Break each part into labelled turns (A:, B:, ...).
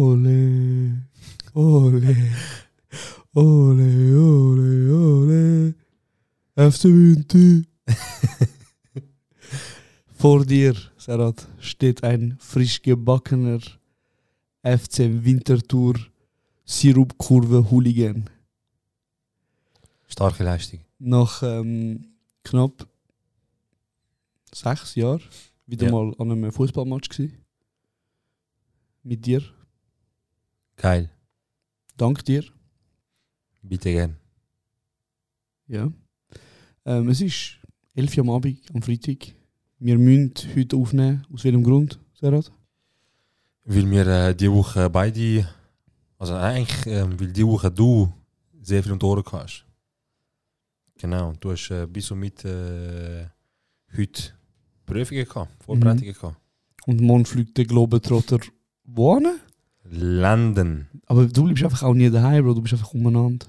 A: Ole, ole, ole, ole, ole. Efter Winter. Vor dir, Serat, steht ein frisch gebackener FC Winterthur Sirupkurve Hooligan.
B: Starke Leistung.
A: Nach ähm, knapp sechs Jahren wieder
B: Ja.
A: mal an einem Fußballmatch gsi. Mit dir.
B: Geil.
A: Dank dir.
B: Bitte gern.
A: Ja. Ähm, es ist 11 Uhr am Abend, am Freitag. Wir müssen heute aufnehmen. Aus welchem Grund, Serat?
B: Weil wir äh, die Woche beide, also eigentlich, ähm, weil die Woche du sehr viel um die Ohren gehabt hast. Genau, du hast äh, bis und mit äh, heute Prüfungen gehabt, Vorbereitungen gehabt.
A: Und morgen fliegt der Globetrotter wohin?
B: Landen.
A: Aber du bleibst einfach auch nie daheim, Bro. Du bist einfach umeinander.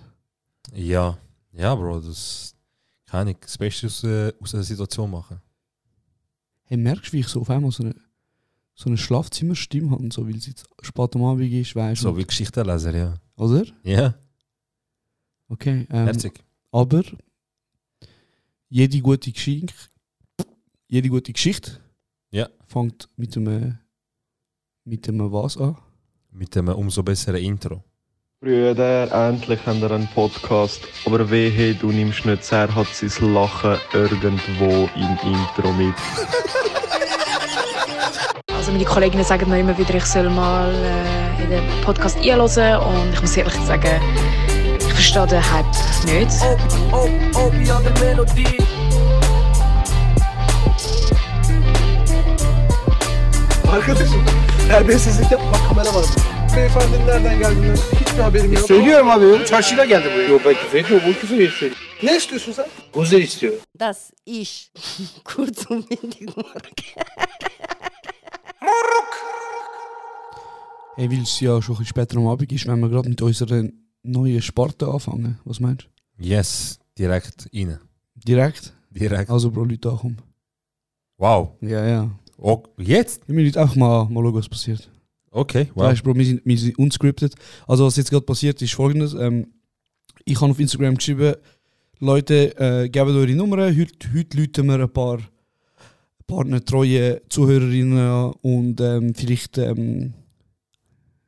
B: Ja, ja, Bro, das kann ich das Beste aus, äh, aus der Situation machen.
A: Hey, merkst du, wie ich so auf einmal so eine, so eine Schlafzimmerstimme habe, so, weil es jetzt spät am Abend ist, weißt
B: So wie Geschichtenleser, ja.
A: Oder?
B: Ja,
A: Okay. Ähm,
B: herzig.
A: aber jede gute Geschichte, jede gute Geschichte
B: Ja.
A: fängt mit einem, mit einem was an?
B: Mit dem äh, umso besseren Intro.
C: Brüder, endlich haben wir einen Podcast. Aber wehe, du nimmst nicht sehr, hat sein Lachen irgendwo im Intro mit.
D: Also meine Kolleginnen sagen mir immer wieder, ich soll mal äh, in den Podcast einhören und ich muss ehrlich sagen, ich verstehe den Hype nicht.
E: Arkadaşım terbiyesizlik yapma kamera var. Beyefendi nereden geldiniz? Hiçbir haberim yok.
F: Söylüyorum abi. Çarşıyla geldi buraya.
E: Yo ben küfür ediyorum. Bu küfür istiyor. Ne istiyorsun sen? Buzzer istiyor.
G: dass ich kurz und bündig morgen.
A: Hey, weil es ja schon ein bisschen später am Abend ist, wenn wir gerade mit unserer neuen Sparte anfangen. Was meinst du?
B: Yes, direkt rein.
A: Direkt?
B: Direkt.
A: Also, Bro, Leute ankommen.
B: Wow.
A: Ja, ja.
B: Oh, jetzt?
A: Wir müssen jetzt einfach mal, mal schauen, was passiert.
B: Okay,
A: Wow.
B: wow.
A: Weißt du, Bro, wir sind, wir sind unscripted. Also, was jetzt gerade passiert, ist folgendes. Ähm, ich habe auf Instagram geschrieben, Leute, äh, gebt eure Nummern. Heute, heute läuten wir ein paar, ein paar treue Zuhörerinnen an und ähm, vielleicht ähm,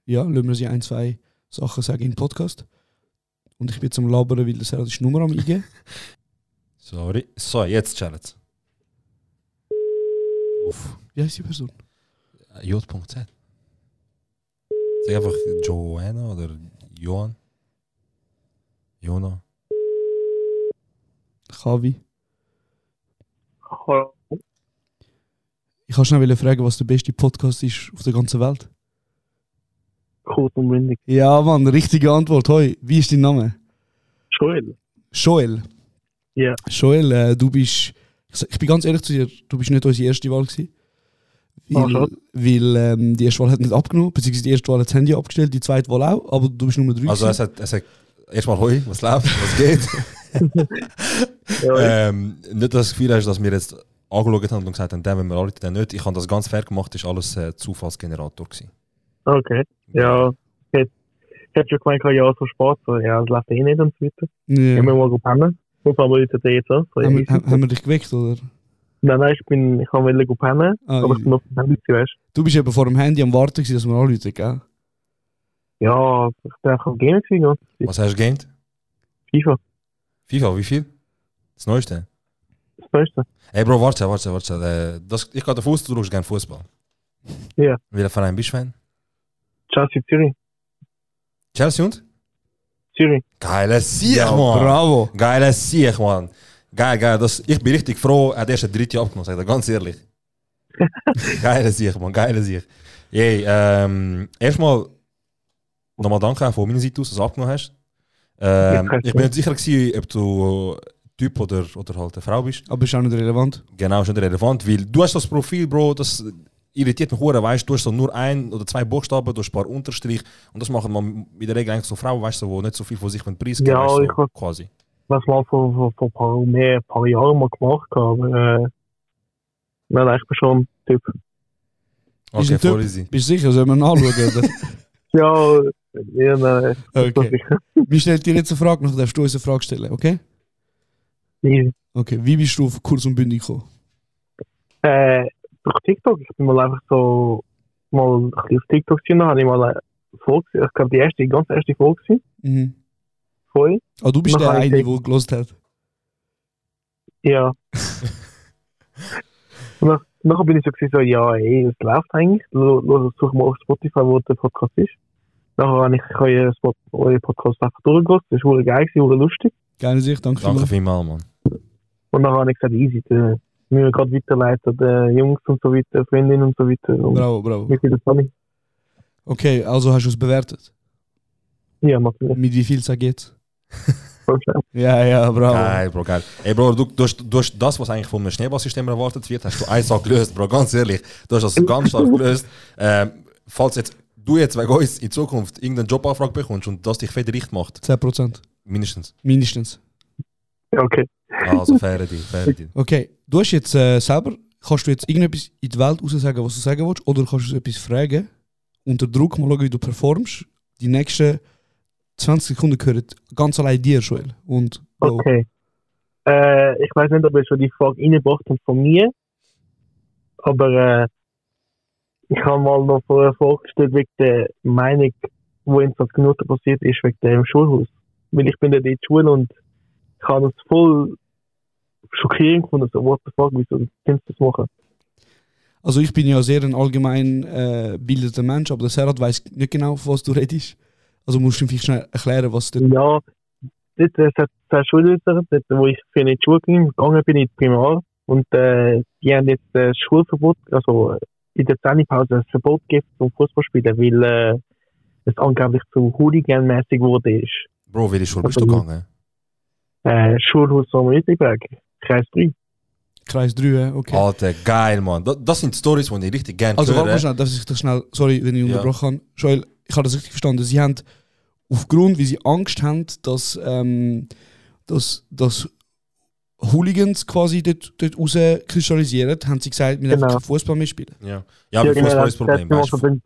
A: ja, lassen wir sie ein, zwei Sachen sagen im Podcast. Und ich bin zum Labern, weil das Herr die Nummer am eingeben.
B: Sorry. So, jetzt Charlotte. Uff. Äh,
A: Wie heißt die Person?
B: J.Z. Sag einfach Joanna oder Johan. Jona.
A: Kavi. Ich kann schnell fragen, was der beste Podcast ist auf der ganzen Welt.
E: Kurt und Windig.
A: Ja, Mann, richtige Antwort. Hoi, wie ist dein Name?
E: Joel.
A: Joel.
E: Ja.
A: Joel, äh, du bist. ich sa- Ich bin ganz ehrlich zu dir, du bist nicht unsere erste Wahl gewesen.
E: Ah,
A: Weil,
E: schade.
A: weil ähm, die erste Wahl hat nicht abgenommen, beziehungsweise die erste Wahl hat das Handy abgestellt, die zweite Wahl auch, aber du bist Nummer drei.
B: Also er
A: gewesen.
B: sagt, er sagt erstmal Hoi, was läuft, was geht. ähm, nicht, dass du das Gefühl hast, dass wir jetzt angeschaut haben und gesagt haben, dann, wenn wir alle dann nicht. Ich habe das ganz fair gemacht, ist alles äh, Zufallsgenerator gewesen.
H: Okay, ja. Ich hätte ich hätte schon gemeint, ja, so Sport, so, ja, das läuft eh nicht und so weiter.
A: ja.
H: Ich muss mal pennen. Muss aber jetzt jetzt auch. So,
A: haben,
H: ich,
A: wir, haben, haben wir dich geweckt, oder?
H: nein, nein, ich bin, ich kann wollen go pennen,
A: Ah,
H: aber
A: ich-
H: ich bin noch auf dem Handy, gewesen, weißt
A: du bist eben vor dem Handy am Warten, gewesen, dass wir anrufen, gell?
H: du. Ja, ich bin auch am Game gewesen, ja.
B: Was hast du gamed?
H: FIFA,
B: FIFA, wie viel? Das Neueste?
H: das Beste.
B: Ey Bro, warte, warte, warte. Äh, das, ich gehe davon aus, du schaust gerne Fußball.
H: Ja.
B: Welcher Verein bist du Fan?
H: Chelsea, Zürich,
B: Chelsea und?
H: Zürich.
B: Geiler Sieg, Mann!
A: bravo!
B: Geiler Sieg, Mann! Geil, geil. Das, ich bin richtig froh, er hat erst den dritten abgenommen, sag ich dir ganz ehrlich. geiler Sieg, Mann, geiler Sieg. Yay, ähm, erstmal nochmal danke auch von meiner Seite aus, dass du abgenommen hast. Ähm,
H: Ja,
B: ich bin nicht sicher gewesen, ob du Typ oder, oder halt eine Frau bist.
A: Aber ist auch nicht relevant.
B: Genau, ist nicht relevant, weil du hast das Profil, Bro, das irritiert mich hure, weißt du, du hast so nur ein oder zwei Buchstaben, du hast ein paar Unterstrich und das machen man in der Regel eigentlich so Frauen, weißt du, die nicht so viel von sich mit Preis
H: Ja,
B: weißt, du,
H: ich
B: so,
H: hab-
B: quasi.
H: Was mal vor, vor, vor ein paar, mehr, ein paar Jahren mal gemacht habe, aber, äh, nein, nein, ich bin schon ein Typ.
A: Ist
B: Okay,
A: ein Typ.
B: voll easy.
A: Bist du sicher, sollen wir nachschauen, oder?
H: Ja, ja, nein.
A: Okay. Wir stellen dir jetzt eine Frage, nachher darfst du uns eine Frage stellen, okay?
H: Easy.
A: Okay, wie bist du auf kurz und bündig gekommen?
H: Äh, durch TikTok, ich bin mal einfach so mal ein bisschen auf TikTok gesehen, da habe ich mal eine Folge, gesehen. ich glaube die erste, die ganz erste Folge gesehen,
A: Mhm.
H: voll.
A: Ah, du bist
H: Nachher
A: der
H: habe
A: eine, der
H: ich gesagt-
A: gelost hat.
H: Ja. Und nach, nachher bin ich so gewesen, so, ja, ey, es läuft eigentlich. Los, los, such mal auf Spotify, wo der Podcast ist. Nachher habe ich euren Spot- euren Podcast einfach durchgelassen. Das war geil, gewesen, war lustig.
A: Gerne sich, danke
B: Danke
A: vielmals.
B: vielmals, Mann.
H: Und nachher habe ich gesagt, easy, da müssen wir gerade weiterleiten, der Jungs und so weiter, Freundinnen und so weiter. Und
A: Bravo, bravo.
H: wie viel das habe ich?
A: Okay, also hast du es bewertet.
H: Ja, natürlich.
A: Mit wie viel sag ich jetzt?
H: wahrscheinlich.
A: Ja, ja, bravo.
B: Geil, Bro, geil. Ey, Bro, du, du, hast- du hast das, was eigentlich von einem Schneeballsystem erwartet wird, hast du eins Tag gelöst, Bro, ganz ehrlich. Du hast das ganz stark gelöst. Ähm, falls jetzt du jetzt wegen uns in Zukunft irgendeinen Jobanfrage bekommst und das dich fett recht macht,
A: 10%.
B: mindestens.
A: Mindestens.
H: Ja, okay.
B: Also, fair Deal, fair Deal.
A: Okay, du hast jetzt äh, selber, kannst du jetzt irgendetwas in die Welt raus sagen, was du sagen willst, oder kannst du uns etwas fragen? Unter Druck mal schauen, wie du performst. Die nächsten 20 Sekunden gehören ganz allein dir, Joel. Und Bro.
H: Okay. Äh, ich weiß nicht, ob ihr schon die Frage reingebracht habt von mir, aber äh, ich habe mal noch vorher vorgestellt wegen der Meinung, wo in St. Knuten passiert ist, wegen dem Schulhaus. Weil ich bin dort in der Schule und ich habe das voll schockierend gefunden, so what the fuck, wieso kannst du das machen?
A: Also ich bin ja sehr ein allgemein äh, bildeter Mensch, aber der Serhat weiß nicht genau, von was du redest. Also musst du ihm vielleicht schnell erklären, was du...
H: Ja, dort, äh, es hat zwei Schulhäuser, dort, wo ich für die Schule ging, gegangen bin, in die Primar. Und äh, die haben jetzt äh, das Schulverbot, also äh, in der Zähnepause ein Verbot gegeben zum Fußballspielen, weil äh, es angeblich zu Hooligan-mäßig wurde. Ist.
B: Bro, welche Schule bist du gegangen?
H: Äh, Schulhaus Sommer-Mittelberg, Kreis 3.
A: Kreis 3, hä? okay.
B: Alter, geil, Mann. Das, das sind Stories, die ich richtig gerne
A: Also warte mal
B: höre.
A: schnell, dass ich das schnell, sorry, wenn ich
B: Ja.
A: unterbrochen habe. Joel, ich habe das richtig verstanden. Sie haben aufgrund, wie sie Angst haben, dass, ähm, dass, dass Hooligans quasi dort, dort rauskristallisieren, haben sie gesagt, wir dürfen
H: Genau.
A: keinen Fußball mehr spielen.
B: Ja, ja aber Fußball ist das Problem.
H: das
B: Weißt,
H: letzte
B: du?
H: Mal, wenn-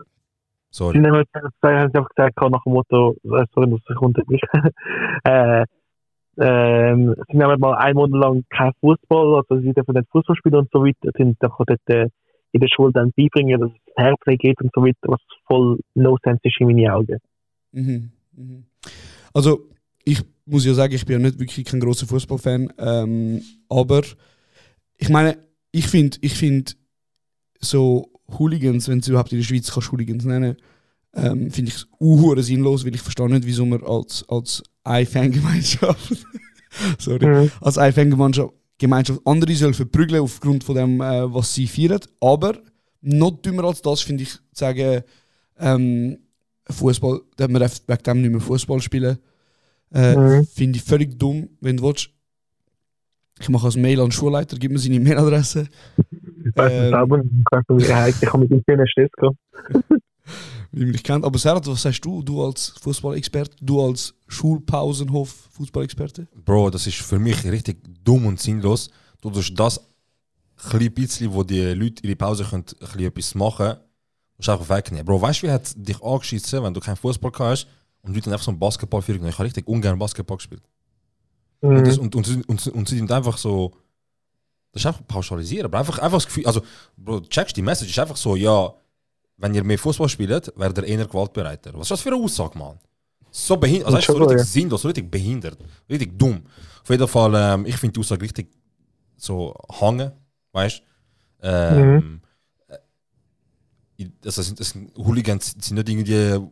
B: sorry.
H: Sie haben einfach gesagt, nach dem Motto, äh, sorry, dass ich unterbreche, äh, ähm, sie nehmen mal einen Monat lang keinen Fußball, also sie dürfen nicht Fußball spielen und so weiter, sie dann kann dort äh, in der Schule dann beibringen, dass es Fairplay geht und so weiter, was voll no sense ist in meinen Augen.
A: Mhm. Mhm. Also, ich muss ja sagen, ich bin ja nicht wirklich kein großer Fußballfan, ähm, aber ich meine, ich finde, ich finde so Hooligans, wenn es überhaupt in der Schweiz kannst, Hooligans nennen, ähm, finde ich es unhure sinnlos, weil ich verstehe nicht, wieso man als, als eine Fangemeinschaft, sorry,
H: Mhm.
A: als eine Fangemeinschaft Gemeinschaft andere soll verprügeln aufgrund von dem, äh, was sie feiern. Aber noch dümmer als das finde ich zu sagen, ähm, Fußball, dass man einfach wegen dem nicht mehr Fußball spielen. Äh,
H: Mhm.
A: Finde ich völlig dumm, wenn du willst. Ich mache als Mail an den Schulleiter, gib mir seine Mailadresse.
H: Weißt du,
A: Ähm.
H: selber, kannst du wieder heißen, ich habe mit ihm schönen Stress gehabt.
A: wie man dich kennt. Aber Serhat, was sagst du, du als Fußballexperte, du als Schulpausenhof-Fußballexperte?
B: Bro, das ist für mich richtig dumm und sinnlos. Du tust das kleine bisschen, wo die Leute ihre Pause können, ein bisschen etwas machen, musst du einfach wegnehmen. Bro, weißt du, wie hat dich angeschissen, wenn du keinen Fußball kannst und die Leute haben einfach so einen Basketball für Ich habe richtig ungern Basketball gespielt. Und, das,
H: Mhm.
B: und, und, und, und, sie sind einfach so. Das ist einfach pauschalisieren, aber einfach, einfach das Gefühl. Also, Bro, checkst die Message, ist einfach so, ja, wenn ihr mehr Fußball spielt, werdet ihr eher gewaltbereiter. Was ist das für eine Aussage, Mann? So behindert, also,
H: Ja,
B: weißt du, so
H: schon
B: richtig
H: so,
B: sinnlos, so richtig behindert, richtig dumm. Auf jeden Fall, ähm, ich finde die Aussage richtig so hangen, weißt du? Ähm,
H: Mhm.
B: äh, Das, sind, das sind Hooligans, das sind nicht irgendwie,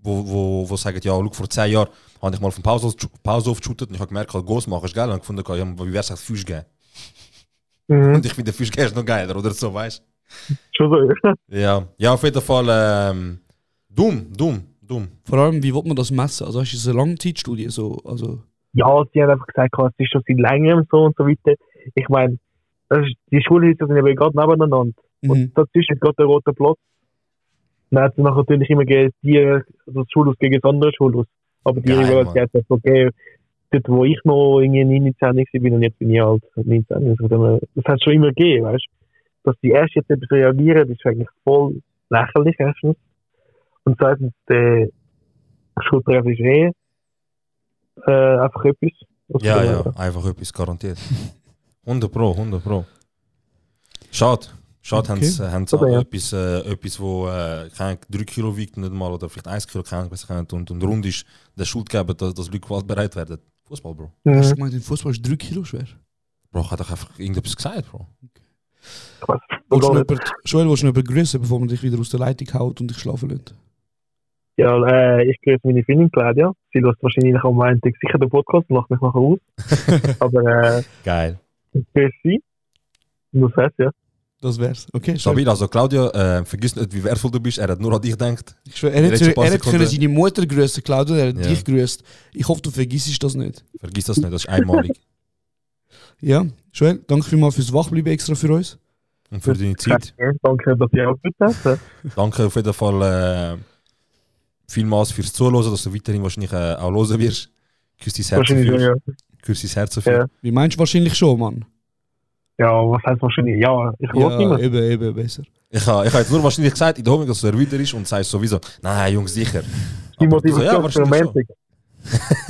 B: wo, wo, wo sagen, ja, schau, vor 10 Jahren habe ich mal von Pause, aus- Pause aufgeschüttet und ich habe gemerkt, halt, Goals machen ist geil. Und ich gefunden, ja, aber wie wär's es Fisch geben?
H: Mhm.
B: Und ich finde, Fisch geben ist noch geiler oder so, weißt
H: Schon so.
B: du? Ja. ja, auf jeden Fall, ähm, dumm, dumm, dumm.
A: Vor allem, wie will man das messen? Also hast du so eine Langzeitstudie? So, also,
H: ja, sie haben einfach gesagt, es ist schon seit längerem so und so weiter. Ich meine, das ist, die Schulhäuser sind eben gerade nebeneinander.
A: mhm.
H: Und dazwischen ist gerade der rote Platz. Dann hat es nachher natürlich immer gegeben, die, also das Schulhaus gegen das andere Schulhaus. Aber die
B: Geil,
H: Rivalität hat es okay, dort wo ich noch irgendwie 19 war bin und jetzt bin ich halt 19. Also von dem her, das hat schon immer gegeben, weißt du. Dass die erst jetzt etwas reagieren, das ist eigentlich voll lächerlich erstens. Und zweitens, der Schultreffer ist eh äh, einfach etwas. Also was
B: Ja,
H: wir-
B: ja, einfach etwas garantiert. 100 Pro, 100 Pro. Schade. Schade,
A: Okay.
B: okay. haben sie
H: Aber ja.
B: etwas, äh, etwas, wo äh, keine 3 Kilo wiegt, nicht mal, oder vielleicht 1 Kilo, keine Ahnung, was kennt, und, und rund ist, der Schuld geben, dass, dass Leute gewaltbereit werden. Fußball, Bro.
A: Hast du
H: Mhm.
A: gemeint, in Fußball ist 3 Kilo schwer?
B: Bro, hat doch einfach irgendetwas gesagt, Bro.
A: Willst du
H: Oder-
A: noch jemand- Joel, willst du noch jemanden grüßen, bevor man dich wieder aus der Leitung haut und dich schlafen lässt?
H: Ja, äh, ich grüße meine Freundin Claudia. Sie hört wahrscheinlich am Montag sicher den Podcast und lacht mich nachher aus. Aber äh,
B: Geil.
H: ich grüße sie. Und das heißt ja.
A: Das wär's. Okay, schau.
B: Stabil, also Claudio, äh, vergiss nicht, wie wertvoll du bist, er hat nur an dich gedacht.
A: Ich schwör, Er hat,
B: letzten paar
A: er hat können
B: Sekunden.
A: seine Mutter grüßen, Claudia, er hat
B: Ja.
A: dich grüßt. Ich hoffe, du vergisst das nicht.
B: Vergiss das nicht, das ist einmalig.
A: Ja, Joel, danke vielmals fürs Wachbleiben extra für uns.
B: Und für deine Zeit.
H: Danke, dass ihr auch mitgedacht habt.
B: Danke auf jeden Fall äh, vielmals fürs Zuhören, dass du weiterhin wahrscheinlich äh, auch hören wirst. Küss dein Herz.
H: Wahrscheinlich
B: dafür.
H: ja.
B: Küss dein Herz dafür.
H: Ja.
A: Wie meinst du wahrscheinlich schon, Mann?
H: Ja, was heißt wahrscheinlich? Ja, ich höre
A: Ja,
H: niemanden.
A: eben, eben, besser.
B: Ich habe ich ha jetzt nur wahrscheinlich gesagt, in der Hoffnung, dass er wieder ist und sagst sowieso, nein, Jungs, sicher.
H: Die
B: Aber du so,
H: Motivation für
B: wahrscheinlich schon.
H: Montag.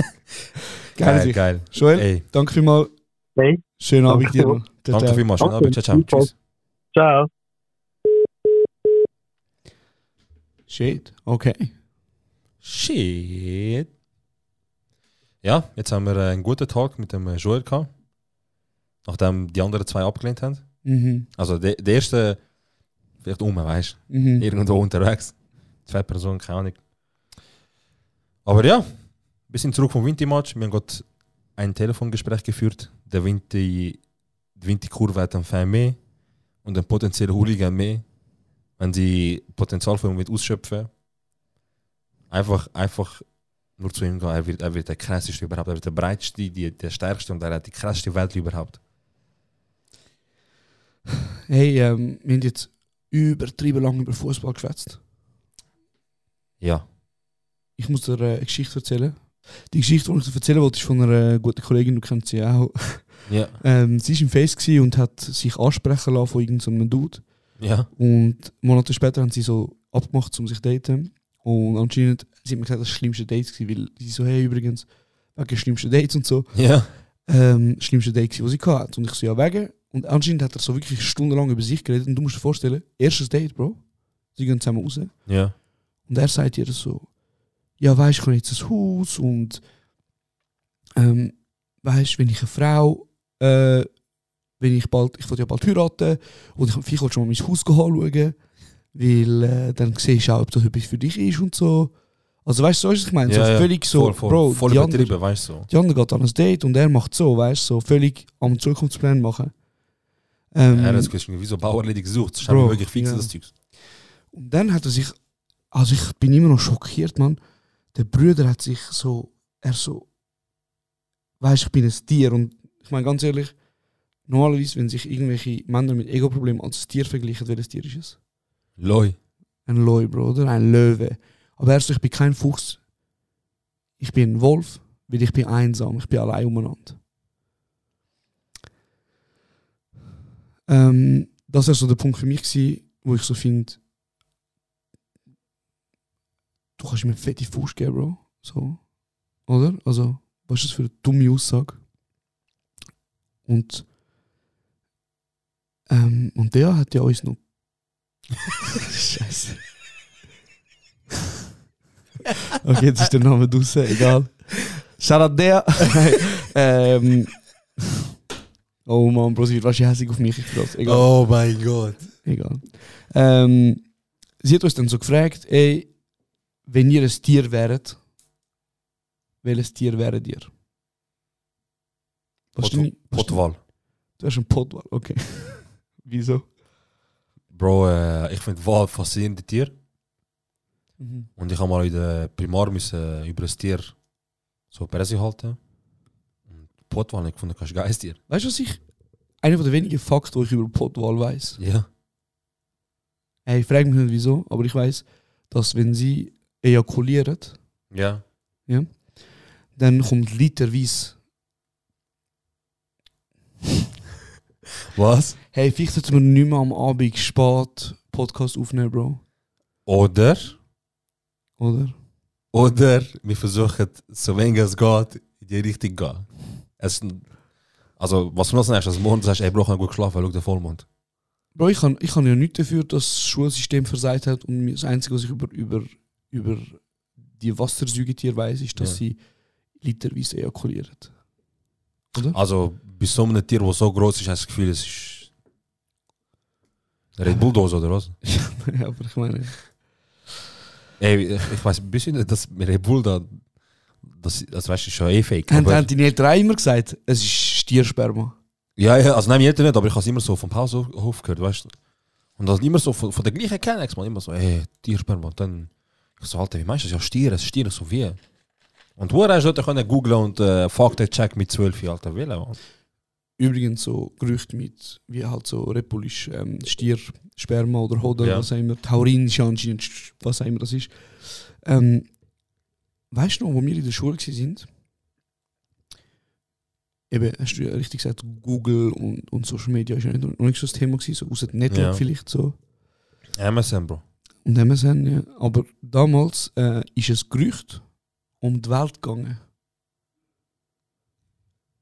A: Geil,
B: Geil,
A: sicher.
B: geil.
A: Joel,
B: Ey,
A: danke vielmals.
H: Hey,
A: Schönen
H: Danke
A: Abend dir.
H: so.
A: Mann. Ciao,
B: danke
A: ciao.
B: vielmals. Schönen
H: Danke,
B: Abend, ciao, ciao.
H: vielmals.
B: Tschüss.
H: ciao.
A: Shit, okay.
B: Shit. Ja, jetzt haben wir äh, einen guten Tag mit dem äh, Joel gehabt. Nachdem die anderen zwei abgelehnt haben.
A: Mhm.
B: Also der, der erste, vielleicht um, weißt
A: Mhm.
B: du, irgendwo unterwegs. Zwei Personen, keine Ahnung. Aber ja, wir sind zurück vom Winti-Match. Wir haben gerade ein Telefongespräch geführt. Der Winti, die Winti-Kurve hat einen Fan mehr und einen potenziellen Hooligan mehr, wenn sie Potenzial von ihm mit ausschöpfen. Einfach, einfach nur zu ihm gehen. Er wird, er wird der krasseste überhaupt. Er wird der breiteste, die, der stärkste und er hat die krasseste Welt überhaupt.
A: Hey, ähm, wir haben jetzt übertrieben lang über Fußball geschwätzt.
B: Ja.
A: Ich muss dir äh, eine Geschichte erzählen. Die Geschichte, die ich dir erzählen wollte, ist von einer äh, guten Kollegin, du kennst sie auch.
B: Ja.
A: Ähm, sie war im Face gewesen und hat sich ansprechen lassen von irgendeinem Dude.
B: Ja.
A: Und Monate später haben sie so abgemacht, um sich zu daten. Und anscheinend, sie hat mir gesagt, das war das schlimmste Date gewesen, weil sie so, hey, übrigens, wegen schlimmsten Dates und so,
B: Ja.
A: ähm, das schlimmste Date gewesen, was ich hatte. Und ich so, ja, wegen. Und anscheinend hat er so wirklich stundenlang über sich geredet. Und du musst dir vorstellen, erstes Date, Bro. Sie gehen zusammen raus.
B: Ja.
A: Und er sagt ihr so, ja, weißt du, ich habe jetzt ein Haus und ähm, weißt du, wenn ich eine Frau, äh, wenn ich bald, ich will ja bald heiraten und ich, vielleicht will schon mal mein Haus anschauen, weil äh, dann siehst du auch, ob das etwas für dich ist und so. Also weißt du, so ist es, ich meine, so völlig so,
B: voll, voll,
A: Bro,
B: voll
A: die, andere,
B: übertrieben, weißt du. So.
A: die andere geht an ein Date und er macht so, weißt du, so völlig am Zukunftsplan machen. Ähm,
B: Er hat es irgendwie so Bauerledig gesucht. Das ist
A: Bro,
B: wirklich fix
A: ja.
B: das Zeug.
A: Und dann hat er sich, also ich bin immer noch schockiert, Mann. Der Bruder hat sich so, er so, weißt ich bin ein Tier. Und ich meine, ganz ehrlich, normalerweise, wenn sich irgendwelche Männer mit Ego-Problemen als ein Tier vergleichen, welches Tier ist es?
B: Loi.
A: Ein Leu, Bruder, ein Löwe. Aber er so, ich bin kein Fuchs. Ich bin ein Wolf, weil ich bin einsam, ich bin allein umeinander. Ähm, das war so der Punkt für mich, gewesen, wo ich so finde, du kannst mir fette Fuß geben, Bro. So. Oder? Also, was ist das für eine dumme Aussage? Und, ähm, und der hat ja uns noch. Scheiße. okay, jetzt ist der Name draußen, egal. Shoutout der. ähm, oh Mann, Bro, sie wird wahrscheinlich hässlich auf mich. Ich glaub's. egal.
B: Oh mein Gott.
A: Egal. Ähm, sie hat uns dann so gefragt, ey, wenn ihr ein Tier wäret, welches Tier wäret ihr? Was
B: Potwal.
A: du,
B: Potwal.
A: du hast ein Potwal, okay. Wieso?
B: Bro, äh, ich finde Wal faszinierende Tier. Und ich habe mal in der Primar müssen über das Tier so Presse halten. Und Potwal, ich fand, das ist ein geiles Tier.
A: Weißt du, was ich. Einer von den wenigen Fakten, die ich über Potwal weiß.
B: Ja.
A: Ey, ich frage mich nicht wieso, aber ich weiß, dass wenn sie ejakulieren,
B: Ja.
A: dann kommt literweise.
B: Was?
A: Hey, vielleicht sollten wir nicht mehr am Abend spät Podcast aufnehmen, Bro.
B: Oder
A: Oder?
B: Oder wir versuchen, so wenig es geht, in die Richtung zu gehen. Es, also, was du noch sagst, dass morgen sagst, ey, brauche noch gut geschlafen, schau den Vollmond.
A: Bro, ich kann, ich kann ja nichts dafür, dass das Schulsystem versagt hat und mir- das Einzige, was ich über, über, über die Wassersäugetiere weiß, ist, dass
B: Ja.
A: sie literweise ejakulieren.
B: Also, bei so einem Tier, das so groß ist, hast du das Gefühl, es ist. Red Bulldose oder was?
A: Aber ich meine,
B: Ey, ich, ich weiß ein bisschen, dass mit Red Bull da. Das, das weißt du, ist schon eh fake.
A: haben,
B: aber-
A: haben deine Eltern immer gesagt, es ist Stiersperma?
B: Ja, ja, also nein, mir nicht, aber ich habe es immer so vom Haushof gehört, weißt du. Und das immer so von, von der gleichen Kennex, man immer so, ey, Tiersperma. Und dann, ich so, Alter, wie meinst du das? Ja, Stier, es ist Stier, so wie. Und woher hast du dort können googeln und äh, Faktencheck mit 12 Jahren, Alter, Wille, Mann.
A: Übrigens so Gerüchte mit, wie halt so Repulisch, ähm, Stier, Sperma oder Hoder,
B: Ja.
A: was auch immer, Taurin ist ja anscheinend, sch- was auch immer das ist. Ähm, weißt du noch, wo wir in der Schule gewesen sind? Eben, hast du ja richtig gesagt, Google und, und Social Media ist ja nicht, noch nicht so das Thema gewesen, so aus dem Network
B: Ja.
A: vielleicht so.
B: MSN, Bro.
A: Und MSN, ja. Aber damals äh, ist es Gerücht um die Welt gegangen.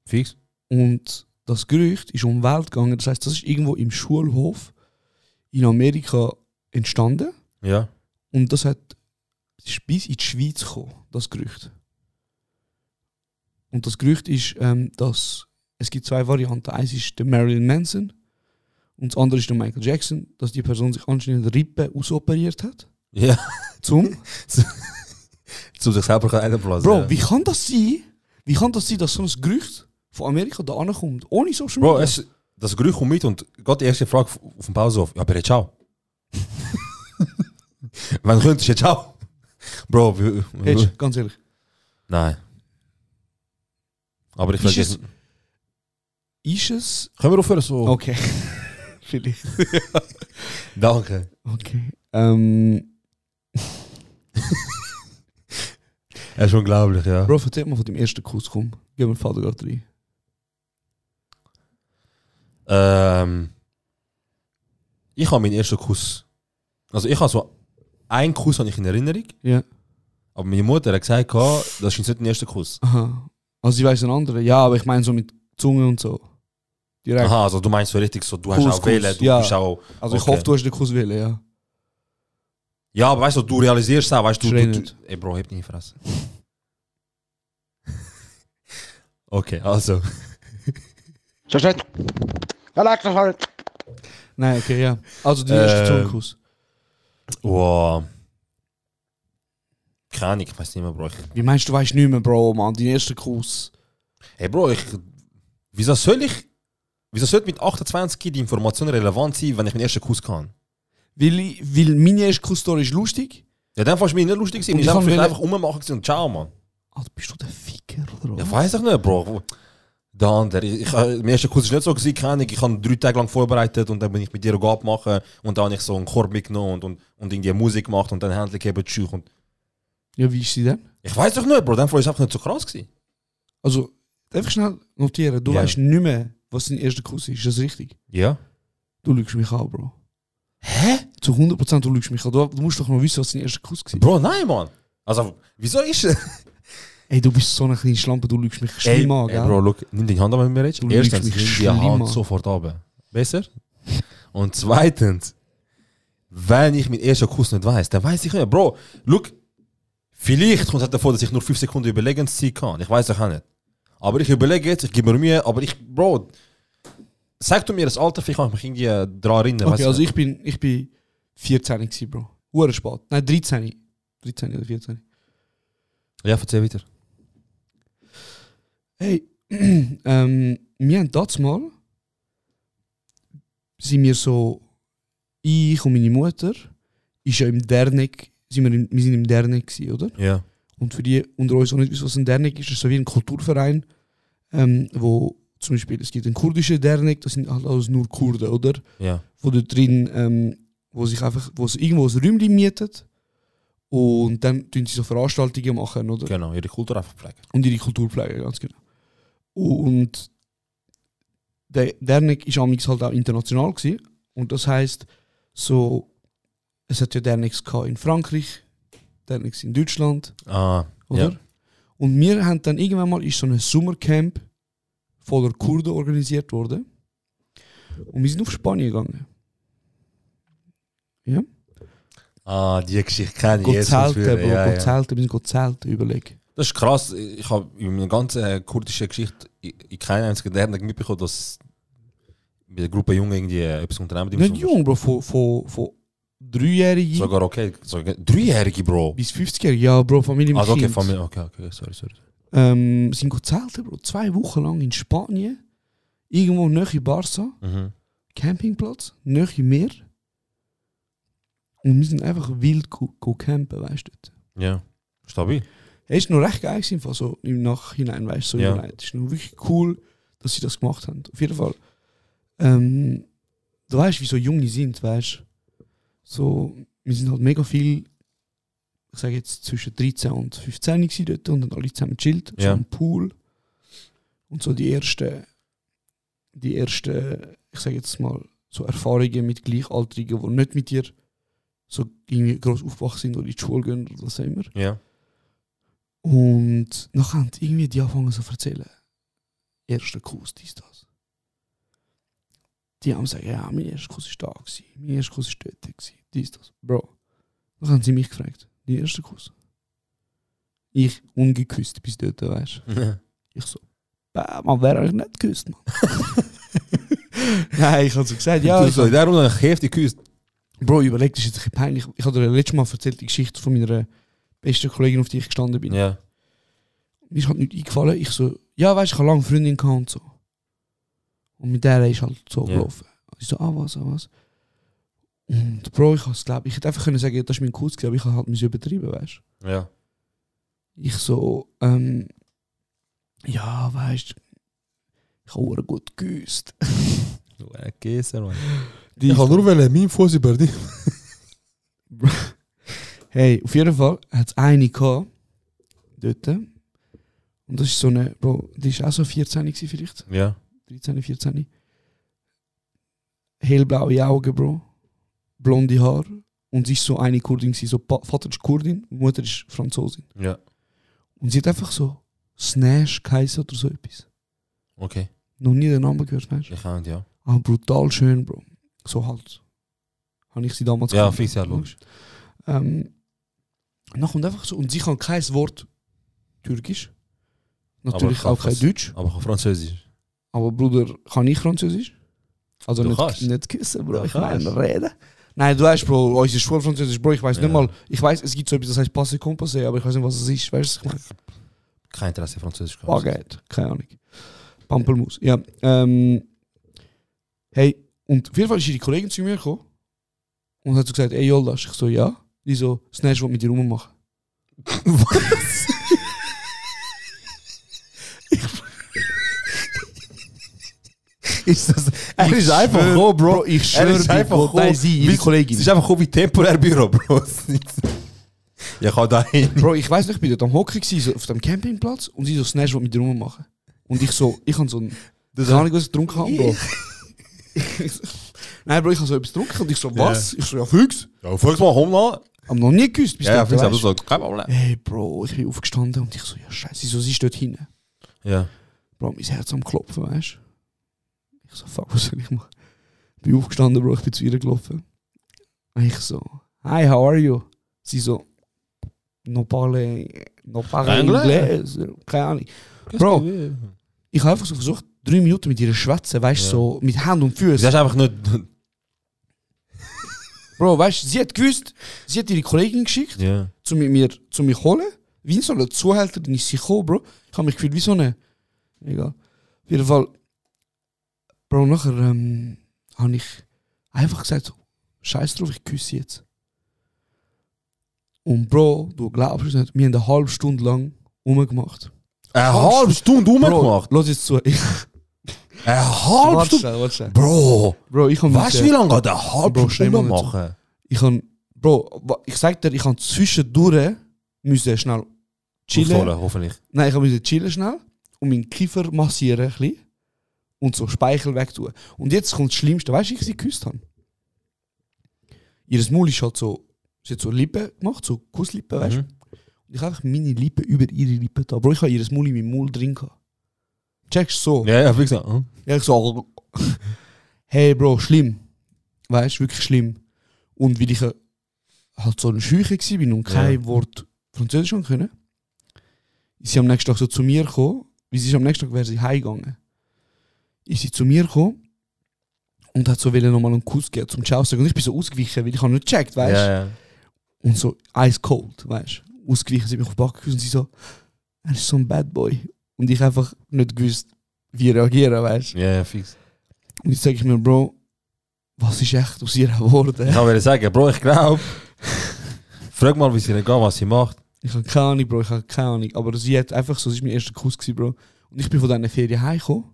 B: Fix?
A: Und das Gerücht ist um die Welt gegangen. Das heißt, das ist irgendwo im Schulhof in Amerika entstanden.
B: Ja.
A: Und das hat es ist bis in die Schweiz gekommen, das Gerücht. Und das Gerücht ist, ähm, dass es gibt zwei Varianten. Eins ist der Marilyn Manson und das andere ist der Michael Jackson, dass die Person sich anscheinend Rippen ausoperiert hat.
B: Ja,
A: Zum.
B: zu sich selber kann einblasen.
A: Bro,
B: Also ja.
A: wie kann das sein? Wie kann das sein, dass so ein Gerücht von Amerika da ankommt, ohne Social Media?
B: Bro, es, das Gerücht kommt mit und Gott die erste Frage auf auf dem Pausehof. Ja, bitte, ciao. Wann könntest du ja ciao? äh, Bro, wie,
A: Hättest du, ganz ehrlich.
B: nein. Aber ich
A: Ist
B: vergesse.
A: Ist es.
B: Können wir aufhören so?
A: Okay. Vielleicht.
B: Danke.
A: Okay. Ähm,
B: Er ist unglaublich, ja.
A: Bro, erzähl mal von deinem ersten Kuss, komm. Gehen wir Vater gerade rein.
B: Ähm, ich habe meinen ersten Kuss. Also ich habe so einen Kuss habe ich in Erinnerung.
A: Ja.
B: Aber meine Mutter hat gesagt, oh, das ist nicht dein erster Kuss.
A: Aha. Also, ich weiß einen anderen. Ja, aber ich meine so mit Zunge und so. Direkt.
B: Aha, also du meinst so richtig so, du hast
A: Kuss,
B: auch wählen,
A: Kuss,
B: du
A: ja.
B: bist auch.
A: Also, ich
B: okay.
A: hoffe, du hast den Kuss wählen, ja.
B: Ja, aber weißt du, du realisierst auch, weißt du,
A: Schrei
B: du, du
A: nicht.
B: Ey Bro, heb nicht die Fresse. okay, also.
A: Nein, okay, ja. Also, der
B: Äh,
A: erste Zungenkuss.
B: Wow. Keine Ahnung, ich weiß nicht mehr, Bro. Ich,
A: Wie meinst du, du weißt nicht mehr, Bro, Mann? Dein erster Kuss.
B: Hey Bro, ich, wieso soll ich, wieso sollte mit 28 die Information relevant sein, wenn ich meinen ersten Kuss kann?
A: Weil, ich- weil meine erste Kussstory ist lustig.
B: Ja, dann fand ich mich nicht lustig gewesen.
A: Und
B: Ich
A: ich
B: habe
A: kann
B: vielleicht
A: will-
B: einfach ummachen gewesen und ciao, Mann.
A: Alter, bist du der Ficker, oder? was?
B: Ja, weiß ich nicht, Bro. Wo- Der andere. Ich, ich, äh, mein erster Kuss ist nicht so gewesen, keine Ahnung. Ich habe drei Tage lang vorbereitet und dann bin ich mit dir gehabt machen und dann habe ich so einen Chor mitgenommen und, und, und irgendwie Musik gemacht und dann Händchen gegeben, tschüss. Und
A: ja, wie ist sie denn?
B: ich weiß doch nicht, Bro. Dann war es einfach nicht so krass gewesen.
A: Also, darf ich schnell notieren? Du
B: Ja.
A: weißt nicht mehr, was dein erster Kuss ist. Ist das richtig?
B: Ja.
A: Du lügst mich an, Bro. Hä? Zu 100% du lügst mich an. Du, du musst doch noch wissen, was dein erster Kuss war.
B: Bro, nein, Mann. Also, wieso ist es?
A: Ey, du bist so eine kleine Schlampe, du lügst mich schlimm an, gell?
B: Bro, look, nimm die Hand an, wenn du mir redest.
A: Du lügst
B: Erstens, nimm
A: mich
B: die
A: schlimm an.
B: Hand sofort ab. Besser? Und zweitens, wenn ich meinen ersten Kuss nicht weiß, dann weiß ich nicht. Bro, look, vielleicht kommt es davor, dass ich nur 5 Sekunden Überlegenszeit kann. Ich weiß es auch nicht. Aber ich überlege jetzt, ich gebe mir Mühe, aber ich, Bro, sag du mir das Alter, vielleicht kann ich mich irgendwie äh, daran erinnern.
A: okay,
B: weißt
A: also
B: du?
A: ich bin, ich bin 14 gewesen, Bro. Hure spät. Nein, 13. 13 oder 14.
B: ja, erzähl weiter.
A: Hey, ähm, wir haben das mal, sind wir so, ich und meine Mutter, ist ja im Derneck, sind wir, in, wir sind im Derneck gewesen, oder?
B: Ja.
A: Und für die unter uns, die nicht wissen, was ein Dernek ist, ist so wie ein Kulturverein, ähm, wo zum Beispiel es gibt einen kurdischen Dernek, das sind halt alles nur Kurden, oder?
B: Ja.
A: Wo da drin, ähm, wo sich einfach, wo sie irgendwo ein Räumchen mietet und dann tun sie so Veranstaltungen machen, oder?
B: Genau, ihre Kultur einfach pflegen.
A: Und ihre Kultur pflegen, ganz genau. Und der Dernek ist amigs halt auch international gewesen. Und das heißt so, es hat ja Dernicks gehabt in Frankreich, der nichts in Deutschland,
B: Ah,
A: oder?
B: Ja.
A: Und wir haben dann irgendwann mal ist so ein Sommercamp voller Kurden organisiert worden. Und wir sind auf Spanien gegangen.
B: ah, die Geschichte kenne ich
A: Gott
B: jetzt. von
A: zelten,
B: früher.
A: Bro,
B: Ja,
A: Gott
B: ja.
A: zelten, wir sind Gott zelten, überleg.
B: Das ist krass. Ich habe in meiner ganzen äh, kurdischen Geschichte in in keiner einzigen Lernung mitbekommen, dass bei der Gruppe Jungen irgendwie äh, etwas unternehmen. die im
A: Nicht
B: Sommer.
A: jung, Bro, von, von, von Dreijährigen
B: Sogar okay. Sogar Dreijährige, Bro.
A: bis 50-Jährige. Ja, Bro, Familie mit
B: Also okay,
A: Kind.
B: Familie. Okay, okay, sorry, sorry.
A: Ähm, sind Gott zelten, Bro, zwei Wochen lang in Spanien. Irgendwo nahe in Barca.
B: Mhm.
A: Campingplatz, nahe im Meer. Und wir sind einfach wild go, go campen, weißt du. dort.
B: Ja. Stabil.
A: Es ist noch recht geil, gewesen, im Fall so im Nachhinein, weißt du, so
B: Ja.
A: ja. Es ist noch wirklich cool, dass sie das gemacht haben. Auf jeden Fall, ähm, du weißt, wie so Junge sind, weißt du. So, wir sind halt mega viel, ich sage jetzt zwischen 13 und 15 gewesen dort und dann alle zusammen chillt, so
B: Ja.
A: am Pool. Und so die ersten, die ersten, ich sage jetzt mal, so Erfahrungen mit Gleichaltrigen, die nicht mit dir so irgendwie groß aufgewachsen sind oder in die Schule gehen oder was auch immer.
B: Ja.
A: Und nachher haben die irgendwie die angefangen so zu erzählen. Erster Kuss, dies, das. Die haben gesagt, ja, mein erster Kuss war da, gewesen, mein erster Kuss war dort, gewesen, dies, das. Bro. Dann haben sie mich gefragt, die erste Kuss. Ich ungeküsst bis dort, weißt du. Ich so, bah, man wäre eigentlich nicht geküsst, man. Nein, ich habe so gesagt, ja.
B: du
A: ich
B: so, darum habe ich heftig geküsst.
A: Bro, überleg, das ist jetzt ein bisschen peinlich. Ich habe dir letztes Mal erzählt, die Geschichte von meiner besten Kollegin, auf die ich gestanden bin.
B: Ja.
A: Mir ist halt nicht eingefallen. Ich so, ja, weißt ich habe lange Freundin gehabt und so. Und mit der ist halt so
B: Ja.
A: gelaufen. Ich so, ah, was, ah, was. Und Bro, ich hab's glaub, ich hätte einfach können sagen, das ist mein Kuss, gewesen, aber ich habe halt mich übertrieben, weißt
B: Ja.
A: Ich so, ähm, ja, weißt ich habe verdammt gut geküsst.
B: Du ein Käse, Mann.
A: Die-
B: wollen, mein Fuß über dich.
A: Hey, auf jeden Fall hat es eine gehabt, dort. Und das ist so eine, Bro, die war auch so 14 gewesen vielleicht.
B: Ja.
A: 13, 14. Hellblaue Augen, Bro. Blonde Haare. Und sie ist so eine Kurdin. gewesen. So, Pa- Vater ist Kurdin, Mutter ist Franzosin.
B: Ja.
A: Und sie hat einfach so Snash geheißen oder so etwas.
B: Okay.
A: Noch nie den Namen gehört, weißt du?
B: Ich kann, ja.
A: Aber brutal schön, Bro. So halt. Habe ich sie damals
B: Ja,
A: gekannt.
B: fix, ja, logisch.
A: Ähm, nach und einfach so. Und sie kann kein Wort Türkisch. Natürlich
B: kann
A: auch kein
B: fast-
A: Deutsch.
B: Aber auch Französisch.
A: Aber Bruder, kann ich Französisch? Also
B: Du
A: nicht,
B: kannst.
A: nicht küssen, Bro.
B: Du
A: ich
B: kannst.
A: meine, reden. Nein, du weißt, Bro, unsere Schule Französisch, Bro, ich weiß
B: Ja.
A: nicht mal. Ich weiß, es gibt so etwas, das heißt Passe Compassé, aber ich weiß nicht, was es ist. Weißt du, was ich meine?
B: Kein Interesse, Französisch. gehabt.
A: Baguette, keine Ahnung. Pampelmus, ja. Ähm, hey, und auf jeden Fall ist ihre Kollegin zu mir gekommen und hat so gesagt, ey Joldas, ich so, ja. Die so, Snatch, was mit dir rummachen.
B: Was? ist das, er
A: Ich
B: ist einfach
A: schwör,
B: gekommen, Bro.
A: ich
B: er
A: schwöre
B: ist
A: dir,
B: einfach
A: Gott, nein, sie, ihre
B: wie-
A: Kollegin.
B: Es ist einfach gekommen wie Temporärbüro, Bro. Es ist- ich kann da hin.
A: Bro, ich weiß nicht, ich bin dort am Hockey gewesen, so auf dem Campingplatz und sie so Snatch was mit dir rummachen. Und ich so, ich habe so ein. Das kann ich was ich getrunken habe, Bro. Nein, Bro, ich habe so etwas getrunken und ich so, was? Ich so, ja, fix.
B: Ja, folgst mal home noch.
A: Hab noch nie geküsst bis
B: Ja, ja,
A: dort,
B: fix, aber
A: weißt
B: so, kein Problem.
A: Hey, Bro, ich bin aufgestanden und ich so, ja, scheiße, so, sie ist dort hinten.
B: Ja.
A: Bro, mein Herz am Klopfen, weißt du? Ich so, fuck, was soll ich machen? Bin aufgestanden, Bro, ich bin zu ihr gelaufen. Ich so, hi, how are you? Sie so, no parle, no parle
B: Englisch?
A: Englisch. Keine Ahnung. Bro. Ich habe einfach so versucht, drei Minuten mit ihr zu schwätzen, weißt du,
B: Ja.
A: so mit Hand und
B: Das
A: Füßen.
B: ist einfach nicht.
A: Bro, weißt du, sie hat gewusst, sie hat ihre Kollegin geschickt,
B: Ja.
A: zu mit mir zu mich holen. Wie so eine Zuhälterin ist sie gekommen, Bro. Ich habe mich gefühlt wie so eine. Egal. Auf jeden Fall. Bro, nachher ähm, habe ich einfach gesagt: so, Scheiß drauf, ich küsse sie jetzt. Und Bro, du glaubst es nicht, wir haben eine halbe Stunde lang rumgemacht.
B: Eine halbe Stunde rumgemacht.
A: Lass jetzt zu. Ich,
B: Eine halbe
A: warte
B: Stunde.
A: schnell, warte schnell.
B: Bro,
A: Bro, ich habe
B: weißt du, wie lange geht eine
A: Bro,
B: halbe
A: schnell
B: Stunde
A: mal nicht so.
B: machen?
A: ich han Bro, wa- ich sag dir, ich han zwischendurch müssen schnell chillen.
B: Aufholen, hoffentlich.
A: Nein, ich musste chillen schnell und meinen Kiefer massieren ein bisschen und so Speichel wegtun. Und jetzt kommt das Schlimmste. Weißt du, wie ich sie geküsst habe? Ihr Maul ist halt so Sie hat so Lippen gemacht, so Kusslippen, weißt du?
B: Mhm.
A: Ich habe einfach meine Lippen über ihre Lippen da. Bro, ich habe ihres Mund in meinem Mund drin gehabt. Checkst du so?
B: Ja, ja, wie gesagt. hm?
A: Ja, ich so, hey Bro, schlimm. Weißt du, wirklich schlimm. Und weil ich äh, halt so ein Schüche war bin und kein Wort Französisch haben können, ist sie am nächsten Tag so zu mir gekommen, weil sie ist am nächsten Tag wäre sie heimgegangen. Ist sie zu mir gekommen und hat so wollen nochmal einen Kuss geben zum Ciao sagen. Und ich bin so ausgewichen, weil ich habe nicht gecheckt, weißt du?
B: Ja, ja.
A: Und so ice cold, weißt du? Ausgewichen, sie hat mich auf den Backen geküsst und sie so, er ist so ein Bad Boy. Und ich einfach nicht gewusst, wie reagieren, weißt du?
B: Ja, ja, fix.
A: Und jetzt sage ich mir, Bro, was ist echt aus ihr geworden?
B: Ich kann wieder sagen, Bro, ich glaube. Frag mal, wie sie geht, was sie macht.
A: Ich habe keine Ahnung, Bro, ich habe keine Ahnung. Aber sie hat einfach so, das war mein erster Kuss, gewesen, Bro. Und ich bin von diesen Ferien heimgekommen.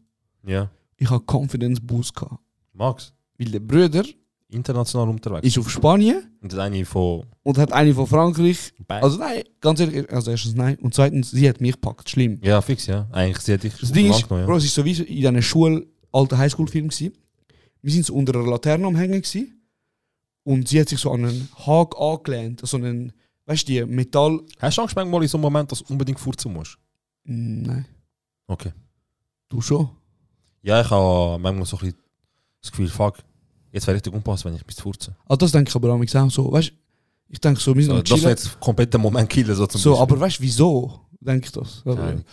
B: Ja.
A: Ich habe Confidence Boost gehabt.
B: Max,
A: Weil der Bruder
B: international unterwegs.
A: ist auf Spanien
B: Und das eine von.
A: und hat eine von Frankreich.
B: Bang.
A: Also nein, ganz ehrlich, also erstens nein. Und zweitens, sie hat mich gepackt, schlimm.
B: ja, fix, ja. Eigentlich, sie hat dich
A: Das Ding ist,
B: genommen,
A: Bro, es ist so wie so in diesen Schul alten Highschool-Film gewesen. Wir sind so unter einer Laterne am Hängen gewesen. Und sie hat sich so an einen Haken angelehnt. So einen, weißt du, die Metall...
B: ja. Hast du Angst manchmal in so einem Moment, dass du unbedingt furzen musst?
A: Mm, Nein.
B: Okay.
A: Du schon?
B: Ja, ich habe manchmal so ein bisschen das Gefühl, fuck, jetzt wäre richtig unpassend, wenn ich mich furze.
A: Ah, das denke ich aber auch auch so. Weißt ich denke so, wir sind
B: So,
A: am
B: das wäre
A: Chillen.
B: jetzt komplett der Moment killen, so zum
A: So,
B: Beispiel.
A: aber weißt du, wieso denke ich das? Aber,
B: Keine Ahnung.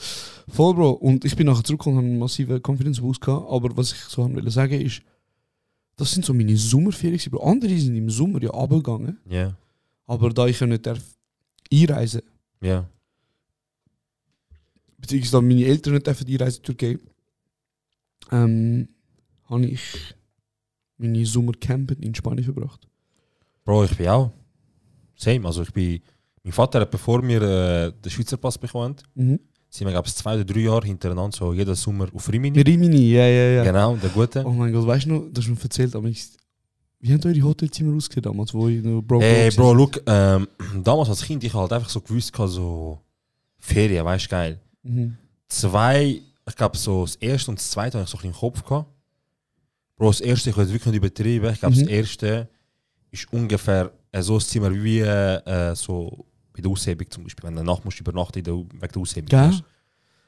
A: Voll, Bro. Und ich bin nachher zurückgekommen und habe einen massiven Confidence-Boost gehabt. Aber was ich so haben will sagen ist, das sind so meine Sommerferien. gewesen, Bro. Andere sind im Sommer ja runtergegangen.
B: Ja,
A: Aber da ich ja nicht darf einreisen
B: ja.
A: beziehungsweise meine Eltern nicht dürfen einreisen in die Türkei, ähm, habe ich meine Sommer campen in Spanien verbracht.
B: Bro, ich bin auch. Same. Also ich bin. Mein Vater hat bevor wir äh, den Schweizer Pass bekommen,
A: Mhm.
B: sind wir, glaube ich, zwei oder drei Jahre hintereinander, so jeden Sommer auf Rimini.
A: Rimini, ja, ja, ja.
B: Genau, der gute.
A: Oh mein Gott, weißt du noch, das hast du mir erzählt, aber ich, wie haben eure Hotelzimmer ausgesehen damals, wo ich noch Bro
B: Hey, Bro,
A: war?
B: look, ähm, damals als Kind, ich halt einfach so gewusst, gehabt, so Ferien, weißt du, geil.
A: Mhm.
B: Zwei, ich glaube, so das erste und das zweite habe ich so ein bisschen im Kopf gehabt. Bro, das erste, ich könnte wirklich nicht übertrieben. Ich glaube,
A: Mhm.
B: das erste ist ungefähr äh, so ein Zimmer wie äh, äh, so bei der Aushebung zum Beispiel, wenn du Nacht musst übernachten in der, wegen der Aushebung.
A: Gell?
B: weißt du.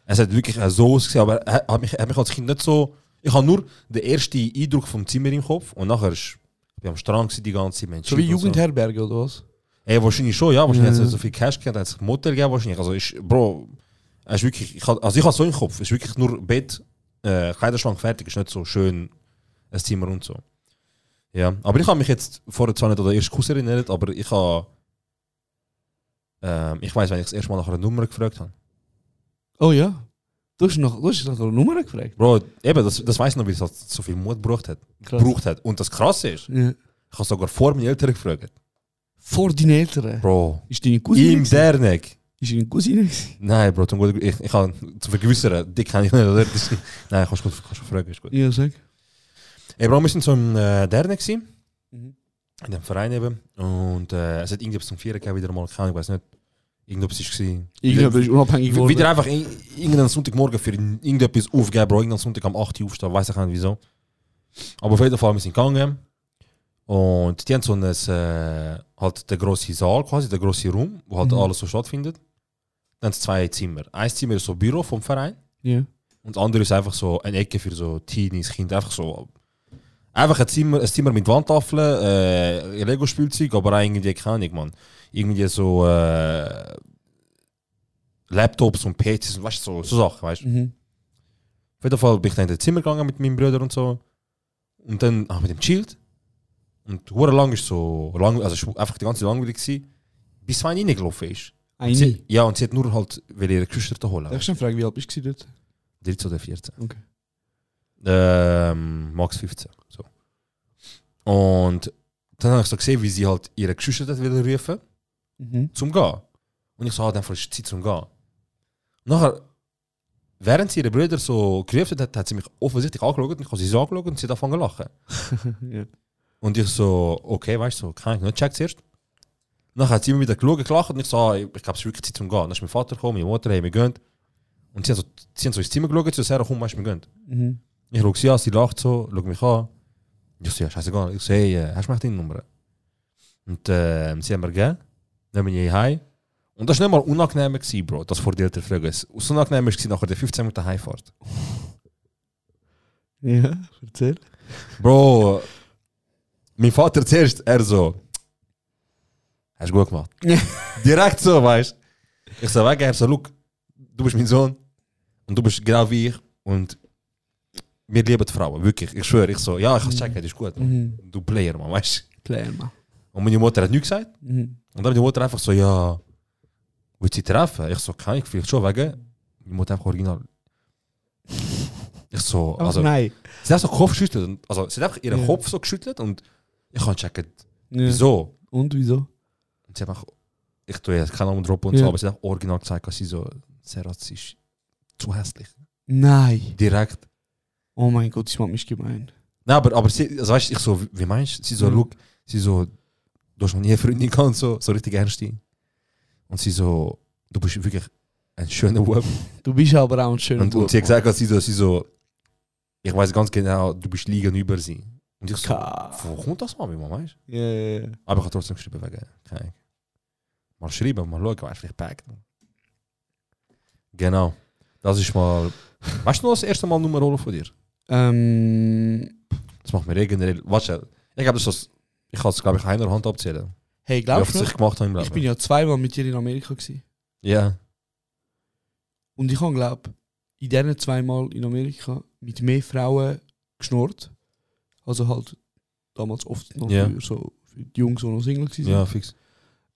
B: Es hat wirklich äh, so ausgesehen, aber er hat mich, hat mich als Kind nicht so. Ich habe nur den ersten Eindruck vom Zimmer im Kopf und nachher ist, ich bin am Strand gewesen, die ganze Zeit. man
A: So wie
B: chillt und
A: Jugendherberge oder was?
B: Ey, wahrscheinlich schon, ja. Wahrscheinlich
A: Ja,
B: hat
A: ja.
B: es so viel Cash gehabt, hat es Motel gegeben, wahrscheinlich. Also, ich, Bro, es ist wirklich, ich hab, also ich habe so im Kopf, es ist wirklich nur Bett, äh, Kleiderschrank fertig, ist nicht so schön ein Zimmer und so. Ja, aber ich habe mich jetzt vorher zwar nicht an den ersten Kuss erinnert, aber ich habe, ähm, ich weiß, wenn ich das erste Mal nach einer Nummer gefragt habe.
A: Oh ja. Du hast noch, du hast nach einer Nummer gefragt.
B: Bro, eben, das, das weiß ich noch, weil es halt so viel Mut gebraucht hat.
A: Krass.
B: Gebraucht hat. Und das Krasse ist,
A: Ja.
B: ich habe sogar vor meinen Eltern gefragt.
A: Vor deinen Eltern.
B: Bro,
A: Ist deine Cousine?
B: im
A: gewesen?
B: Derneck.
A: Ist deine Cousine? gewesen?
B: Nein, Bro, zum guten ich, ich kann zu vergewissern, dick kann ich nicht, oder? Das, nein, kannst du gut, kannst du fragen, ist gut.
A: Ja, sag.
B: Ey, Bro, wir sind so im äh, Derne gewesen,
A: Mhm.
B: in dem Verein eben, und äh, es hat irgendwas zum Vieren gegeben, wieder mal, keine Ahnung, ich weiß nicht, irgendwas ist gewesen.
A: Irgendjemand ist unabhängig
B: Wieder,
A: geworden.
B: wieder einfach in- irgendeinen Sonntagmorgen für irgendetwas aufgeben, Bro, irgendeinen Sonntag am 8 Uhr aufstehen, weiß ich nicht wieso. Aber auf jeden Fall, wir sind gegangen, und die haben so ein, äh, halt den grossen Saal quasi, den grossen Raum, wo halt
A: Mhm.
B: alles so stattfindet. Dann haben sie zwei Zimmer. Ein Zimmer ist so Büro vom Verein,
A: Ja.
B: und das andere ist einfach so eine Ecke für so Teenies, Kinder. Einfach so. Einfach ein Zimmer, ein Zimmer mit Wandtafeln, äh, Lego-Spielzeug, aber auch irgendwie, keine Ahnung, man. Irgendwie so äh, Laptops und PCs und weißt, so, so Sachen, weißt du.
A: Mhm.
B: Auf jeden Fall bin ich dann in das Zimmer gegangen mit meinem Bruder und so. Und dann habe ich mit dem chillt. Und hure lang ist so, lang, also ist einfach die ganze Zeit langweilig gewesen, bis sie reingelaufen ist.
A: Eine.
B: Sie, ja, und sie hat nur halt, will ihre Geschwister
A: Darf
B: holen.
A: ich schon fragen, wie alt bist du dort?
B: 13 oder 14.
A: Okay.
B: Ähm, Max 15. So. Und dann habe ich so gesehen, wie sie halt ihre Geschwister dort wieder rufen,
A: Mhm.
B: zum Gehen. Und ich so, ah, dann ist es Zeit zum Gehen. Nachher, während sie ihre Brüder so gerufen hat, hat sie mich offensichtlich angeschaut und ich habe sie so angeschaut und sie hat angefangen zu lachen.
A: ja.
B: Und ich so, okay, weißt du, so, kann ich nicht checken zuerst. Nachher hat sie immer wieder geschaut, gelacht und ich so, ah, ich glaube, es ist wirklich Zeit zum Gehen. Dann ist mein Vater gekommen, meine Mutter, hey, wir gehen. Und sie haben so, sie haben so ins Zimmer geschaut, so, Sarah, komm, weißt du, wir gehen.
A: Mhm.
B: Ich schaue sie an, sie lacht so, schaut mich an. Ich so, ja, scheißegal. Ich so, hey, äh, hast du meine Nummer? Und äh, sie haben mir gegeben, nehmen wir heim. Und das war nicht mal unangenehm, gewesen, Bro, das vor dir zu fragen. Das Unangenehm war nachher der 15 Minuten Heimfahrt.
A: Ja, erzähl.
B: Bro, mein Vater zuerst, er so, hast du gut gemacht. Direkt so, weißt du. Ich so, weg, ich so, look, du bist mein Sohn und du bist genau wie ich und wir lieben die Frauen, wirklich. Ich schwöre, ich so, ja, ich kann checken, das ist gut. Mann.
A: Mhm.
B: Du Player, man, weißt
A: Klar, Mann.
B: du. Und meine Mutter hat nichts gesagt.
A: Mhm.
B: Und dann meine Mutter einfach so, ja, willst du sie treffen? Ich so, kann ich vielleicht schon wegen. Meine Mutter einfach original. Ich so,
A: Aber
B: also,
A: nein.
B: sie hat so den Kopf geschüttelt. und- Also, sie hat einfach ihren
A: Ja.
B: Kopf so geschüttelt und ich kann checken,
A: Ja.
B: wieso.
A: Und wieso?
B: Und sie hat einfach, ich tue jetzt keinen Namen droppen und so,
A: Ja.
B: aber sie hat einfach original oh, gesagt, dass sie so, Serat, sie ist zu hässlich.
A: Nein.
B: Direkt.
A: Oh mein Gott, ich mach mich gemein.
B: Nein, aber, aber sie, also weißt du, ich so, wie- wie meinst du? Sie so,
A: Mhm.
B: look, sie so, du hast noch nie eine Freundin gehabt und so, so richtig ernst. Und sie so, du bist wirklich ein schöner Web.
A: Du bist aber auch ein schöner
B: Und, und sie hat gesagt, dass sie so, sie so, ich weiß ganz genau, du bist liegen über sie. Und ich so,
A: Ka-
B: wo kommt das mal, wie man weißt?
A: Ja, ja, ja.
B: Aber ich habe trotzdem geschrieben wegen, keine Ahnung. Mal schreiben, mal schauen, weißt du, vielleicht packt. Genau. Das ist mal, weißt du noch das erste Mal Nummer von dir?
A: Ähm,
B: Das macht mir eh generell. Weißt du, ich habe das, als- ich kann es, glaube ich, einer Hand abzählen.
A: hey,
B: Wie
A: glaubst
B: oft
A: du?
B: ich gemacht habe im Leben.
A: Ich bin ja zweimal mit dir in Amerika gewesen.
B: Ja.
A: Und ich habe, glaube in diesen zweimal in Amerika mit mehr Frauen geschnurrt. Also halt damals oft noch
B: Ja.
A: für, so, für die Jungs, die noch Single waren.
B: Ja, fix.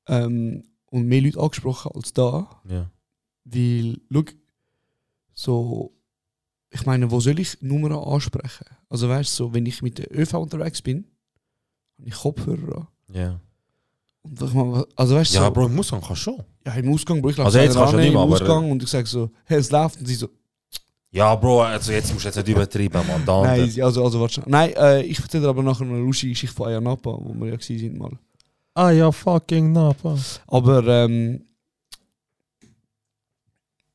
A: Ähm, und mehr Leute angesprochen als da.
B: Ja.
A: Weil, schau, so, ich meine, wo soll ich Nummern ansprechen? Also weißt du, so, wenn ich mit der ÖV unterwegs bin, habe ich Kopfhörer an.
B: Ja.
A: Und ich meine, also weißt du,
B: Ja,
A: so,
B: Bro, ich muss sagen, kannst schon.
A: ja, im Ausgang, Bro, ich
B: Also jetzt kannst du nicht
A: im
B: mehr, aber-
A: Ausgang und ich sage so, hey, es läuft. Und sie so,
B: Ja, Bro, also jetzt musst du jetzt nicht übertreiben, Mann. Da und
A: nein,
B: dort.
A: sie- also, also warte schnell. Nein, äh, ich erzähle dir aber nachher eine lustige Geschichte von Ayanapa, wo wir ja gewesen sind mal.
B: Ah ja, fucking Napa.
A: Aber ähm,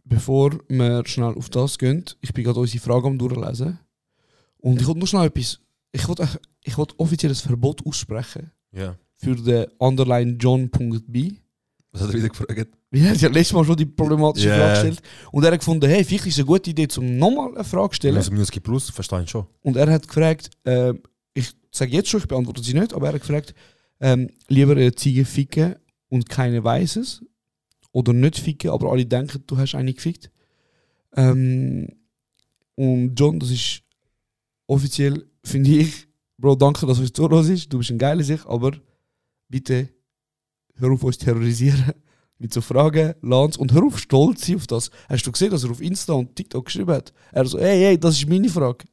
A: bevor wir schnell auf das gehen, ich bin gerade unsere Frage am durchlesen. Und ich wollte nur schnell etwas. Ich wollte ich wollt offiziell ein Verbot aussprechen
B: Ja.
A: für den underline john.b.
B: Was hat er wieder gefragt?
A: Wir haben ja letztes Mal schon die problematische
B: Ja.
A: Frage gestellt. Und er hat gefunden, hey, vielleicht ist es eine gute Idee, um nochmal eine Frage zu stellen.
B: Also Music Plus, verstehe ich schon.
A: Und er hat gefragt, ähm, ich sage jetzt schon, ich beantworte sie nicht, aber er hat gefragt, ähm, lieber eine Ziege ficken und keine weiß es oder nicht ficken, aber alle denken, du hast eine gefickt. Ähm, und John, das ist offiziell, finde ich, Bro, danke, dass uns zuhörst, ist. du bist ein geiler Sich, aber bitte hör auf, uns zu terrorisieren mit so Fragen, Lanz, und hör auf, stolz sein auf das. Hast du gesehen, dass er auf Insta und TikTok geschrieben hat? Er so, hey, hey, das ist meine Frage.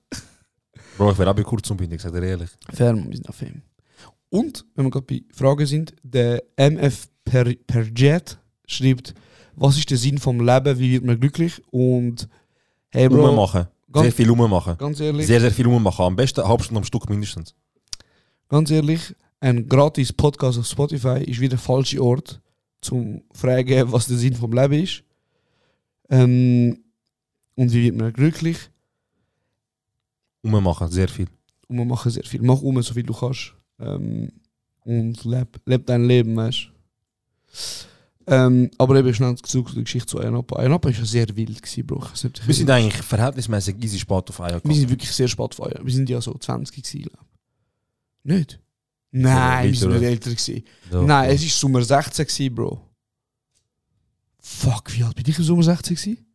B: Bro, ich wäre auch kurz und ich sag dir ehrlich.
A: Fern, wir sind auf Fame. Und, wenn wir gerade bei Fragen sind, der MF per, Perjet schreibt, was ist der Sinn vom Leben, wie wird man glücklich? Und hey Bro,
B: Rummachen. Sehr
A: ganz,
B: viel rummachen.
A: ganz ehrlich,
B: Sehr, sehr viel rummachen. Am besten eine halbe Stunde am Stück mindestens.
A: ganz ehrlich, ein gratis Podcast auf Spotify ist wieder der falsche Ort, zum fragen, was der Sinn vom Leben ist. Ähm, und wie wird man glücklich?
B: Rummachen, sehr viel.
A: Und wir machen sehr viel. Mach um, so viel du kannst. Ähm, und leb, leb dein Leben, weißt du? Ähm, aber eben schnell zurück zu der Geschichte zu Ayanapa. Ayanapa war ja sehr wild, gewesen, Bro. Ich weiss nicht, ob ich-
B: Wir sind eigentlich verhältnismäßig easy spät auf Eier
A: wir sind wirklich sehr spät feiern. Wir sind ja so 20 gewesen, glaub ich. Nicht?
B: Ja,
A: Nein, wir
B: älter,
A: sind nicht
B: oder?
A: älter. Gewesen.
B: So.
A: Nein, es war Sommer 16, gewesen, Bro. Fuck, wie alt bin ich im Sommer 16 gewesen?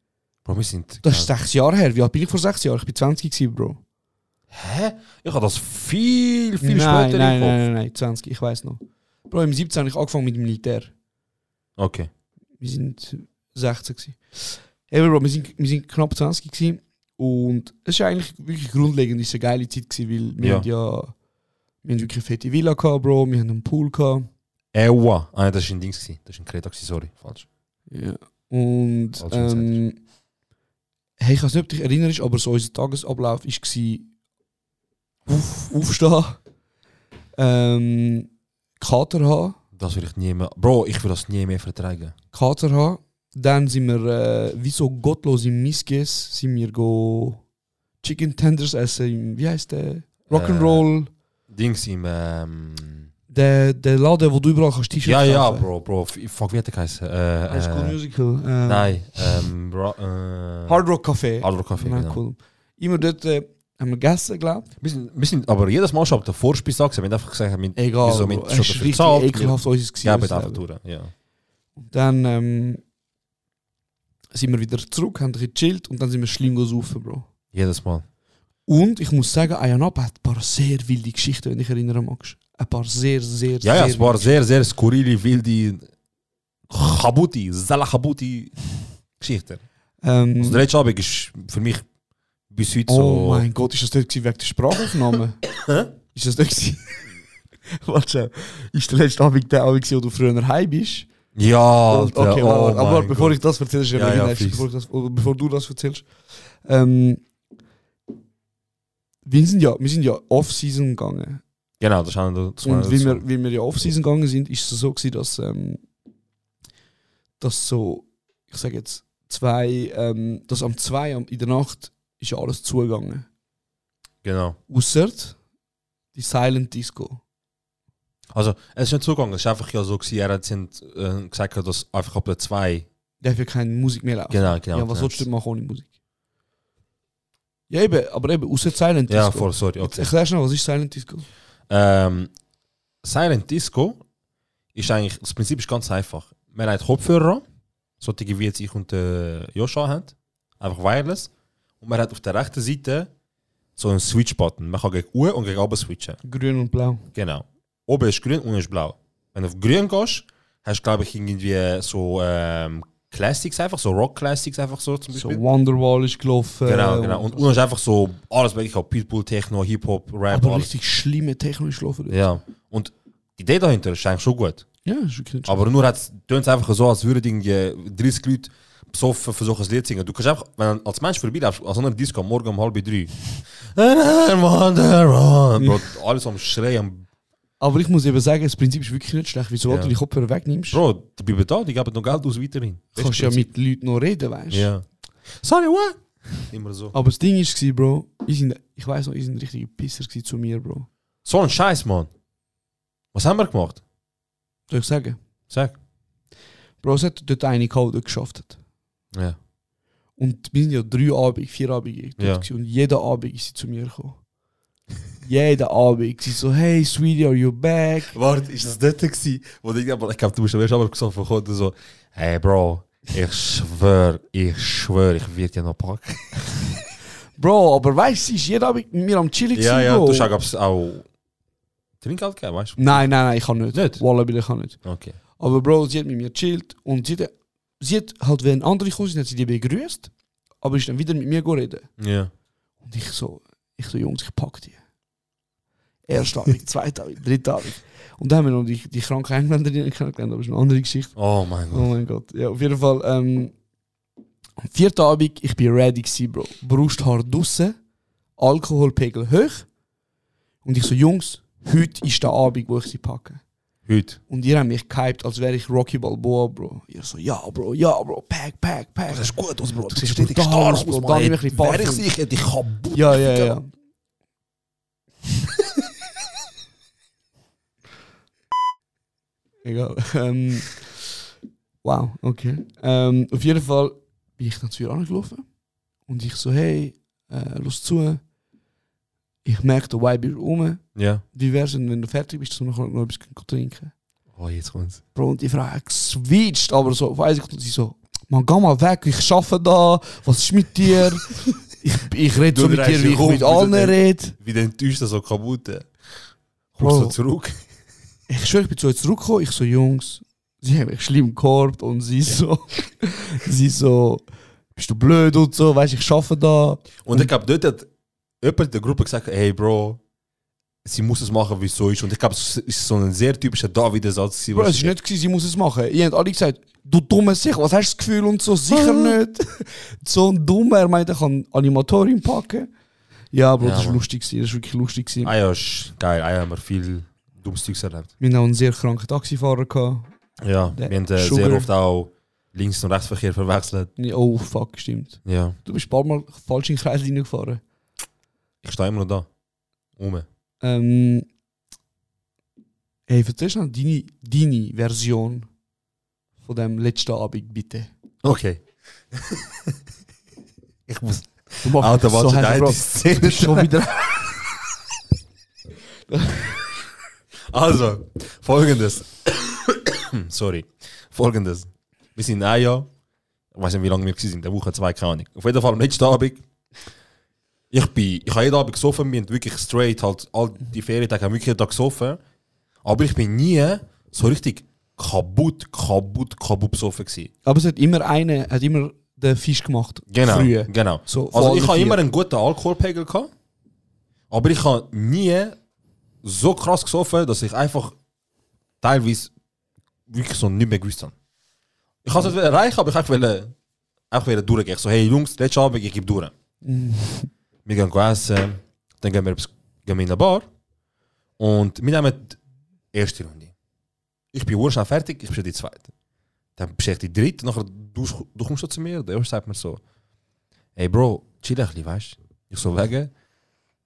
B: Bro, wir sind.
A: Das ist sechs Jahre her. Wie alt bin ich vor sechs Jahren? Ich bin 20 gewesen, Bro.
B: Hä? Ich habe das viel, viel
A: nein,
B: später
A: nein,
B: im Kopf.
A: nein, nein, nein, 20, ich weiß noch. Bro, im 17 habe ich angefangen mit dem Militär.
B: Okay.
A: Wir sind 16 gewesen. Eben, Bro, wir sind, wir sind knapp 20 gewesen. Und es ist eigentlich wirklich grundlegend, es war eine geile Zeit gewesen, weil wir
B: Ja.
A: haben ja, wir haben wirklich eine fette Villa gehabt, Bro, wir haben einen Pool gehabt.
B: Ewa. Ah, nein, das war ein Dings. gewesen. Das war ein Kreta, gewesen, sorry. Falsch.
A: Ja. Und
B: Falsch
A: ähm, hey, ich weiß nicht, ob du dich erinnerst, aber so unser Tagesablauf war auf, aufstehen, ähm, Kater haben,
B: Das will ich nie mehr. Bro, ich will das nie mehr vertragen.
A: Kater haben. Dann sind wir, äh, wie so gottlos im Miskes, sind wir go
B: Äh.
A: Chicken Tenders essen im, wie heißt der? Rock'n'Roll
B: Dings im. Ähm,
A: Der, der Laden, wo du überall kannst T-Shirts
B: Ja, ja,
A: kaufen.
B: Bro, Bro. F- Fuck, wie hat der geheißen? Äh,
A: High School
B: äh,
A: Musical. äh,
B: nein, ähm, Bro, äh,
A: Hard Rock Café.
B: Hard Rock Café,
A: Nein,
B: genau.
A: cool. Immer dort äh, haben wir gegessen, glaube ich.
B: Wir sind, wir sind, aber ah, jedes Mal schon ab der Vorspeise angesehen. Wir haben einfach gesagt, wir,
A: Egal.
B: wieso wir
A: Bro. Es
B: schon
A: ist
B: dafür
A: richtig
B: gezahlt.
A: ekelhaft, unser
B: Ja, bei
A: gewesen,
B: der
A: unser Leben.
B: Aventura, ja.
A: Dann ähm, sind wir wieder zurück, haben ein bisschen gechillt und dann sind wir schlimm gesaufen, Bro.
B: Jedes Mal.
A: Und ich muss sagen, Ayanapa hat ein paar sehr wilde Geschichten, wenn ich erinnern magst. Ein paar sehr, sehr,
B: Ja,
A: sehr
B: ja, es war sehr, sehr skurrile, wilde Chabuti, Salachabuti Geschichten.
A: Ähm,
B: Also der letzte Abend ist für mich bis heute
A: oh
B: so.
A: mein Gott, ist das dort gewesen wegen der Sprachaufnahme? ist das dort gewesen? Warte, schnell. ist der letzte Abend der Abend, gewesen, wo du früher heim bist?
B: Ja,
A: Und-
B: Alter,
A: okay,
B: oh
A: warte, warte, aber
B: mein
A: bevor
B: Gott.
A: ich das erzähle, ist
B: Ja,
A: ja,
B: ja,
A: ja,
B: fix.
A: bevor, ich das, oder bevor du das erzählst. Ähm, wir sind ja, wir sind ja off-season gegangen.
B: Genau, das haben wir. das
A: Und
B: war
A: wie
B: so.
A: wir, wie wir ja Off-Season gegangen sind, ist es so gewesen, dass, ähm, dass so, ich sage jetzt, zwei, ähm, dass am zwei am- in der Nacht ist ja alles zugegangen.
B: Genau.
A: Ausser die Silent Disco.
B: Also, es ist nicht zugegangen, es war einfach ja so, gewesen, er hat sind, äh, gesagt, dass einfach ab der 2.
A: Darf ja keine Musik mehr laufen.
B: Genau, genau.
A: ja, was
B: genau.
A: sollst du denn machen ohne Musik? Ja, eben, aber eben, außer Silent Disco.
B: Ja, voll, sorry.
A: Jetzt
B: Okay.
A: erklärst du noch, was ist Silent Disco?
B: Ähm, Silent Disco ist eigentlich, das Prinzip ist ganz einfach. Man hat Kopfhörer an, solche wie jetzt ich und äh, Joscha haben, einfach wireless. Und man hat auf der rechten Seite so einen Switch-Button. Man kann gegen Uhr und gegen oben switchen.
A: Grün und blau.
B: Genau. Oben ist grün, unten ist blau. Wenn du auf grün gehst, hast du, glaube ich, irgendwie so ähm, Classics einfach, so Rock-Classics einfach so zum
A: So
B: Beispiel.
A: Wonderwall ist gelaufen.
B: genau, genau. Und unten ist einfach so alles mögliche, auch Pitbull, Techno, Hip-Hop, Rap,
A: aber
B: alles.
A: richtig schlimme Techno ist gelaufen. dort.
B: Ja. Und die Idee dahinter ist eigentlich schon gut.
A: Ja, ist wirklich nicht schlimm.
B: Aber nur tönt es einfach so, als würden irgendwie 30 Leute besoffen versuchen, ein Lied zu singen. Du kannst einfach, wenn du als Mensch vorbeiläufst, als anderen Disco, morgen um halb drei. And I wander on. Bro, alles am Schreien, am
A: Aber ich muss eben sagen, das Prinzip ist wirklich nicht schlecht, weil sobald
B: Ja.
A: du die Kopfhörer wegnimmst,
B: Bro, die bleiben da, die geben noch Geld aus weiterhin.
A: kannst du ja mit Leuten noch reden, weißt du?
B: Ja. Sorry, what? Immer so.
A: Aber das Ding ist, gewesen, Bro, ich, sind, ich weiss noch, ich sind richtige Pisser gewesen zu mir, Bro.
B: So ein Scheiß, Mann. Was haben wir gemacht?
A: Soll ich sagen?
B: Sag.
A: Bro, es hat dort eine gehabt, die dort geschafft hat.
B: Ja.
A: Und wir sind ja drei Abend, vier Abend dort
B: Ja.
A: gewesen und jeden Abend ist sie zu mir gekommen. jeden Abend. Sie so, hey, sweetie, are you back?
B: Warte, ist das dort gewesen, wo ich, aber ich glaube, du bist am ersten Abend gesoffen gekommen und so, hey Bro, ich schwör, ich schwör, ich werde ja noch packen.
A: Bro, aber weißt du, sie ist jeden Abend mit mir am Chillen
B: Ja,
A: gewesen,
B: ja,
A: Bro.
B: du schaust auch Trinkgeld gegeben, weißt du?
A: Nein, nein, nein, ich kann nicht.
B: Nicht?
A: Wallaby, ich kann nicht.
B: Okay.
A: Aber Bro, sie hat mit mir gechillt und sie hat, sie hat halt, wenn andere gekommen sind, hat sie die begrüßt, aber ist dann wieder mit mir go reden.
B: Ja.
A: Und ich so, ich so, Jungs, ich pack die. Erster Abend, zweiter Abend, dritter Abend. Und dann haben wir noch die, die kranke Engländerin kennengelernt, aber das ist eine andere Geschichte.
B: Oh mein
A: Oh
B: Gott.
A: mein Gott. Ja, auf jeden Fall, ähm, am vierten Abend, ich bin ready gewesen, Bro. Brusthaar draussen, Alkoholpegel hoch. Und ich so, Jungs, heute ist der Abend, wo ich sie packe.
B: Heute.
A: Und ihr habt mich gehypt, als wäre ich Rocky Balboa, Bro. Ihr so, ja, Bro, ja, Bro, pack, pack, pack.
B: ist gut aus, Bro.
A: Du siehst richtig stark aus, Mann. Ey, wär ich
B: sicher, ich hab
A: Ja, ja, ja. Egal. Ähm, wow, okay. Ähm, auf jeden Fall bin ich dann zu ihr angelaufen und ich so, hey, äh, los zu. Ich merke, der Vibe ist rum.
B: Ja.
A: Wie wär's denn, wenn du fertig bist, dass wir noch noch etwas trinken?
B: Oh, jetzt kommt's.
A: Bro, und die Frau hat geswitcht, aber so, weiß ich, und sie so, man, geh mal weg, ich schaffe da, was ist mit dir? ich ich rede so
B: Du
A: mit dir,
B: drehst
A: wie
B: dich
A: ich
B: um,
A: mit
B: du
A: allen
B: denkst-
A: rede.
B: Wie den täuscht das so kaputt? Kommst
A: Bro.
B: du zurück?
A: Ich schwöre, ich bin zu ihr zurückgekommen, ich so, Jungs, sie haben mich schlimm gehabt und sie so, sie so, bist du blöd und so, weißt ich schaffe da.
B: Und ich glaube, dort hat jemand in der Gruppe gesagt, hey Bro, sie muss es machen, wie es so ist. Und ich glaube, es ist so ein sehr typischer David-Satz. gewesen,
A: Bro,
B: was
A: es
B: ich-
A: war nicht, gewesen, sie muss es machen. Ihr habt alle gesagt, du dummer Sich, was hast du das Gefühl und so, sicher
B: Ah.
A: nicht. so ein Dummer, er meint, er kann Animatorin packen. Ja, Bro,
B: Ja,
A: das war
B: Mann.
A: lustig, gewesen, das war wirklich lustig. gewesen.
B: Ah ja, ist geil. Ah ja, haben wir viel dummes Zeugs erlebt.
A: Wir hatten auch einen sehr kranken Taxifahrer. Gehabt.
B: Ja,
A: Der
B: wir haben äh,
A: Sugar.
B: sehr oft auch Links- und Rechtsverkehr verwechselt.
A: Nee, Oh fuck, stimmt.
B: Ja.
A: Du bist ein paar Mal falsch in den Kreis reingefahren.
B: Ich stehe immer noch da. Um.
A: Ähm, Hey, vertel eens nou deine, deine Version von dem letzten Abend, bitte.
B: Okay. ich muss.
A: Du machst
B: Alter,
A: mich so
B: warte,
A: heiß,
B: nein,
A: Bro.
B: die Szene
A: Du bist schon wieder.
B: Also, folgendes. Sorry. Folgendes. Wir sind ein Jahr. Ich weiß nicht, wie lange wir gewesen sind. Eine Woche, zwei, keine Ahnung. Auf jeden Fall am letzten Abend. Ich bin, ich habe jeden Abend gesoffen, wir haben wirklich straight, halt, all die Ferientage haben wirklich jeden Tag gesoffen. Aber ich bin nie so richtig kaputt, kaputt, kaputt besoffen gewesen.
A: Aber es hat immer eine, hat immer den Fisch gemacht.
B: Genau,
A: Früher.
B: genau.
A: So, vor
B: also ich
A: allen
B: habe
A: vier.
B: immer einen guten Alkoholpegel gehabt, aber ich habe nie so krass gesoffen, dass ich einfach teilweise wirklich so nicht mehr gewusst habe. Ich habe es nicht erreichen, aber ich einfach wollte einfach wollte durchgehen. Ich so, hey Jungs, letzte Abend, ich gebe durch. wir gehen essen, dann gehen wir, gehen wir in eine Bar und wir nehmen die erste Runde. Ich bin urschnell fertig, ich bin schon die zweite. Dann bist du echt die dritte, nachher du, du kommst schon zu mir, der erste sagt mir so, Ey Bro, chill ein bisschen, weißt du? Ich so wegen.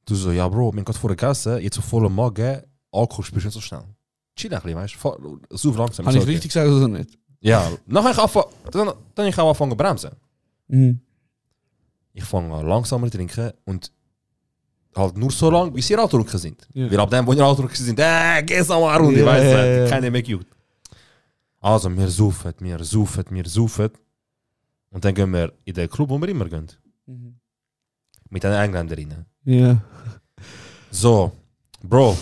B: Du so, ja Bro, wir haben gerade vorher gegessen, jetzt auf vollem Magen, Alkohol spürst du nicht so schnell. Chill ein bisschen, weißt du? Fahr- Sauf langsam.
A: Habe
B: So,
A: ich
B: okay.
A: richtig gesagt oder nicht?
B: Ja, nachher ich anfangen, dann, dann ich auch anfangen zu bremsen.
A: Mhm.
B: Ich fange an langsamer zu trinken und halt nur so lange, bis ihr angetrunken sind.
A: Ja.
B: Weil ab dem, wo ihr angetrunken sind, äh, geh's nochmal eine Runde,
A: Ja,
B: weißt du?
A: ja, ja.
B: Keine mehr gut. Also, wir saufen, wir saufen, wir saufen. Und dann gehen wir in den Club, wo wir immer gehen.
A: Mhm.
B: Mit den Engländerinnen.
A: Ja.
B: So, Bro,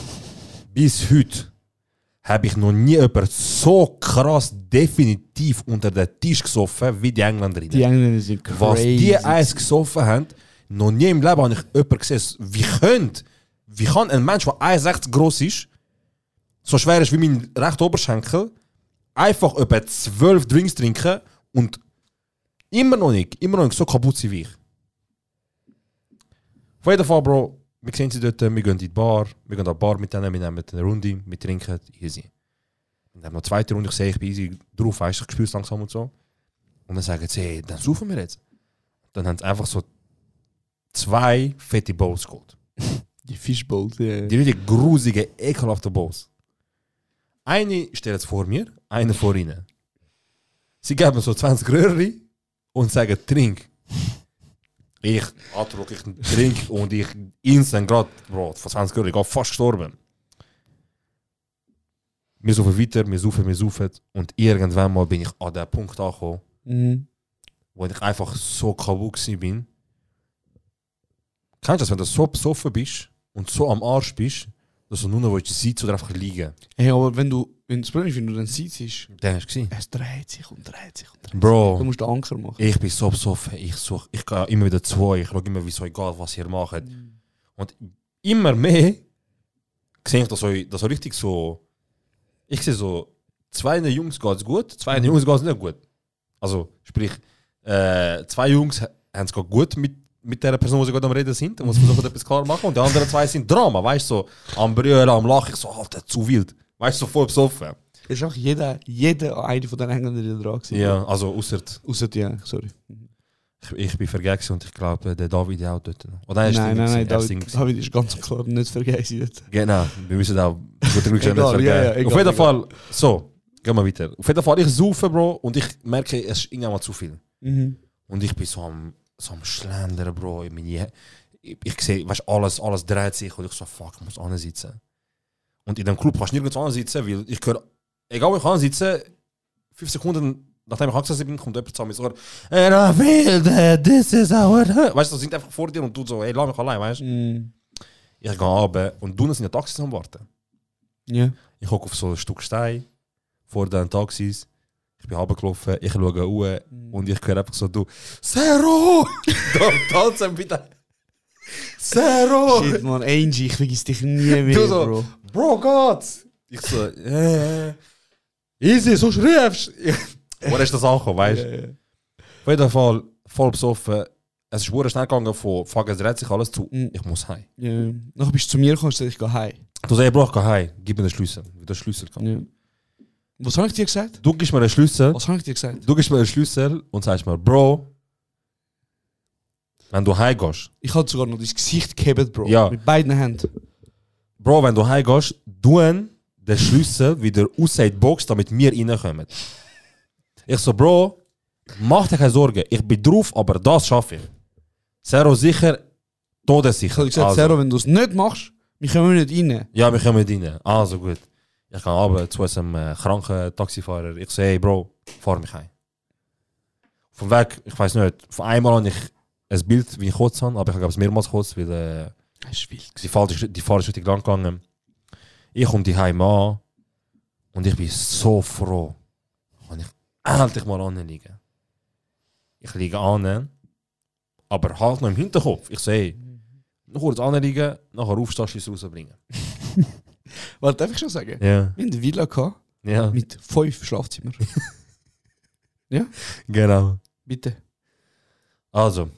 B: bis heute habe ich noch nie jemanden so krass definitiv unter den Tisch gesoffen wie die Engländerinnen.
A: Die Engländer sind crazy.
B: Was die Eis gesoffen haben, noch nie im Leben habe ich jemanden gesehen. Also, Wie könnt, wie kann ein Mensch, der 1,60 groß ist, so schwer ist wie mein rechter Oberschenkel, einfach etwa 12 Drinks trinken und immer noch nicht, immer noch nicht so kaputt sein wie ich. Auf jeden Fall, Bro, wir sehen sie dort, wir gehen in die Bar, wir gehen an die Bar mit denen, wir nehmen eine Runde, wir trinken, easy. Wir haben noch eine zweite Runde, ich sehe, ich bin easy drauf, weißt du, ich spüre es langsam und so. Und dann sagen sie, hey, dann suchen wir jetzt. Dann haben sie einfach so zwei fette Bowls geholt.
A: Die Fishbowls, ja.
B: Die richtig grusige, ekelhafte Bowls. Eine steht jetzt vor mir, eine vor ihnen. Sie geben mir so 20 Röhrli und sagen, trink. Ich Atrock, ich trink und ich instant grad, bro, vor 20 Röhrli, ich bin fast gestorben. Wir suchen weiter, wir suchen, wir suchen und irgendwann mal bin ich an den Punkt angekommen,
A: Mhm.
B: wo ich einfach so kaputt gewesen bin. Kennst du das, wenn du so besoffen bist und so am Arsch bist, dass du nur noch willst sitzen oder einfach liegen?
A: Hey, aber wenn du, wenn das Problem ist, wenn du dann sitzt,
B: Den hast du gesehen.
A: es dreht sich und dreht sich und dreht sich. Du
B: Bro,
A: musst den Anker machen.
B: ich bin so besoffen. Ich suche, ich gehe immer wieder zwei. Ich schaue immer, wie es euch geht, was ihr macht. Und immer mehr sehe ich, dass euch, dass euch richtig so. Ich sehe so, zwei Jungs geht es gut, zwei Jungs geht es nicht gut. Also, sprich, äh, zwei Jungs haben es gerade gut mit, mit der Person, die sie gerade am Reden sind, und sie versuchen etwas klar machen. Und die anderen zwei sind Drama, weißt du, so, am Brüllen, am Lachen, ich so, Alter, zu wild. Weißt du, so voll besoffen.
A: Es ist auch jeder, jeder eine von den Engländern dran gewesen.
B: Ja, also, außer.
A: Außer die, ja, sorry.
B: Ich, ich bin vergessen und ich glaube, der David auch dort. noch. Oder er ist
A: nein,
B: Ding
A: nein, nein,
B: gewesen, er ist Ding
A: David,
B: gewesen.
A: David ist ganz klar nicht vergessen.
B: Genau, wir müssen da gute Glück
A: Egal, ja, ja,
B: Auf
A: egal,
B: jeden
A: egal.
B: Fall, so, gehen wir weiter. Auf jeden Fall, ich saufe, Bro, und ich merke, es ist irgendwann mal zu viel.
A: Mhm.
B: Und ich bin so am, so am Schlendern, Bro. Ich, meine, ich, ich sehe, weißt, alles, alles dreht sich und ich so, fuck, ich muss ansitzen. Und in dem Club kannst du nirgends ansitzen, weil ich höre, egal wo ich ansitze, fünf Sekunden nachdem ich angesessen bin, kommt jemand zu mir und sagt, hey, I feel that this is our... Weißt du, sie sind einfach vor dir und du so, hey, lass mich allein, weißt du.
A: Mhm.
B: Ich gehe runter und du sind ja Taxis am Warten.
A: Ja.
B: Ich hocke auf so ein Stück Stein vor den Taxis. Ich bin runtergelaufen, ich schaue hoch
A: Mhm.
B: und ich höre einfach so, du, Zero! da tanzen bitte! Zero!
A: Shit, man, Angie, ich vergiss dich nie mehr,
B: Oh. Du so.
A: Bro.
B: Bro, Gott! Ich so, äh, easy, so schreibst Wo ist das angekommen, weißt du?
A: Ja, ja.
B: Auf jeden Fall, voll besoffen. Es ist wurde schnell gegangen von, fuck, es dreht sich alles zu,
A: Mhm.
B: ich muss heim.
A: Ja. Nachher bist du zu mir gekommen und ich gehe heim.
B: Du sagst, ich brauche heim, gib mir den Schlüssel. Wie der Schlüssel kam.
A: Ja. Was habe ich dir gesagt?
B: Du gibst mir den Schlüssel.
A: Was habe ich dir gesagt?
B: Du gibst mir einen Schlüssel und sagst mir, Bro, wenn du heimgehst,
A: Ich habe sogar noch dein Gesicht gehabt, Bro.
B: Ja.
A: Mit beiden Händen.
B: Bro, wenn du heimgehst, du den Schlüssel wieder outside die Box, damit wir reinkommen. Ich so, Bro, mach dir keine Sorgen, ich bin drauf, aber das schaffe ich. Zero sicher,
A: Ich habe
B: todessicher.
A: gesagt, Zero, wenn du es nicht machst, wir kommen nicht rein.
B: Ja, wir kommen rein. Also gut. Ich gehe runter zu unserem äh, kranken Taxifahrer. Ich sage, hey Bro, fahr mich heim. Vom Weg, ich weiß nicht, von einmal habe ich ein Bild, wie ich kurz habe, aber ich habe es mehrmals kurz, weil äh,
A: Das ist
B: die Fahrt ist, die Fahrt ist richtig lang gegangen. Ich komme eh. die heim an und ich bin so froh, kann ich endlich mal anliegen. Ich liege an, aber halt nou noch im Hinterkopf. Ich sehe, noch kurz anliegen, nachher aufstehen, Schlüssel rausbringen.
A: Was darf ich schon sagen?
B: Ja,
A: Wir hatten eine Villa gehabt,
B: ja.
A: mit fünf Schlafzimmern.
B: Genau.
A: Bitte.
B: Also,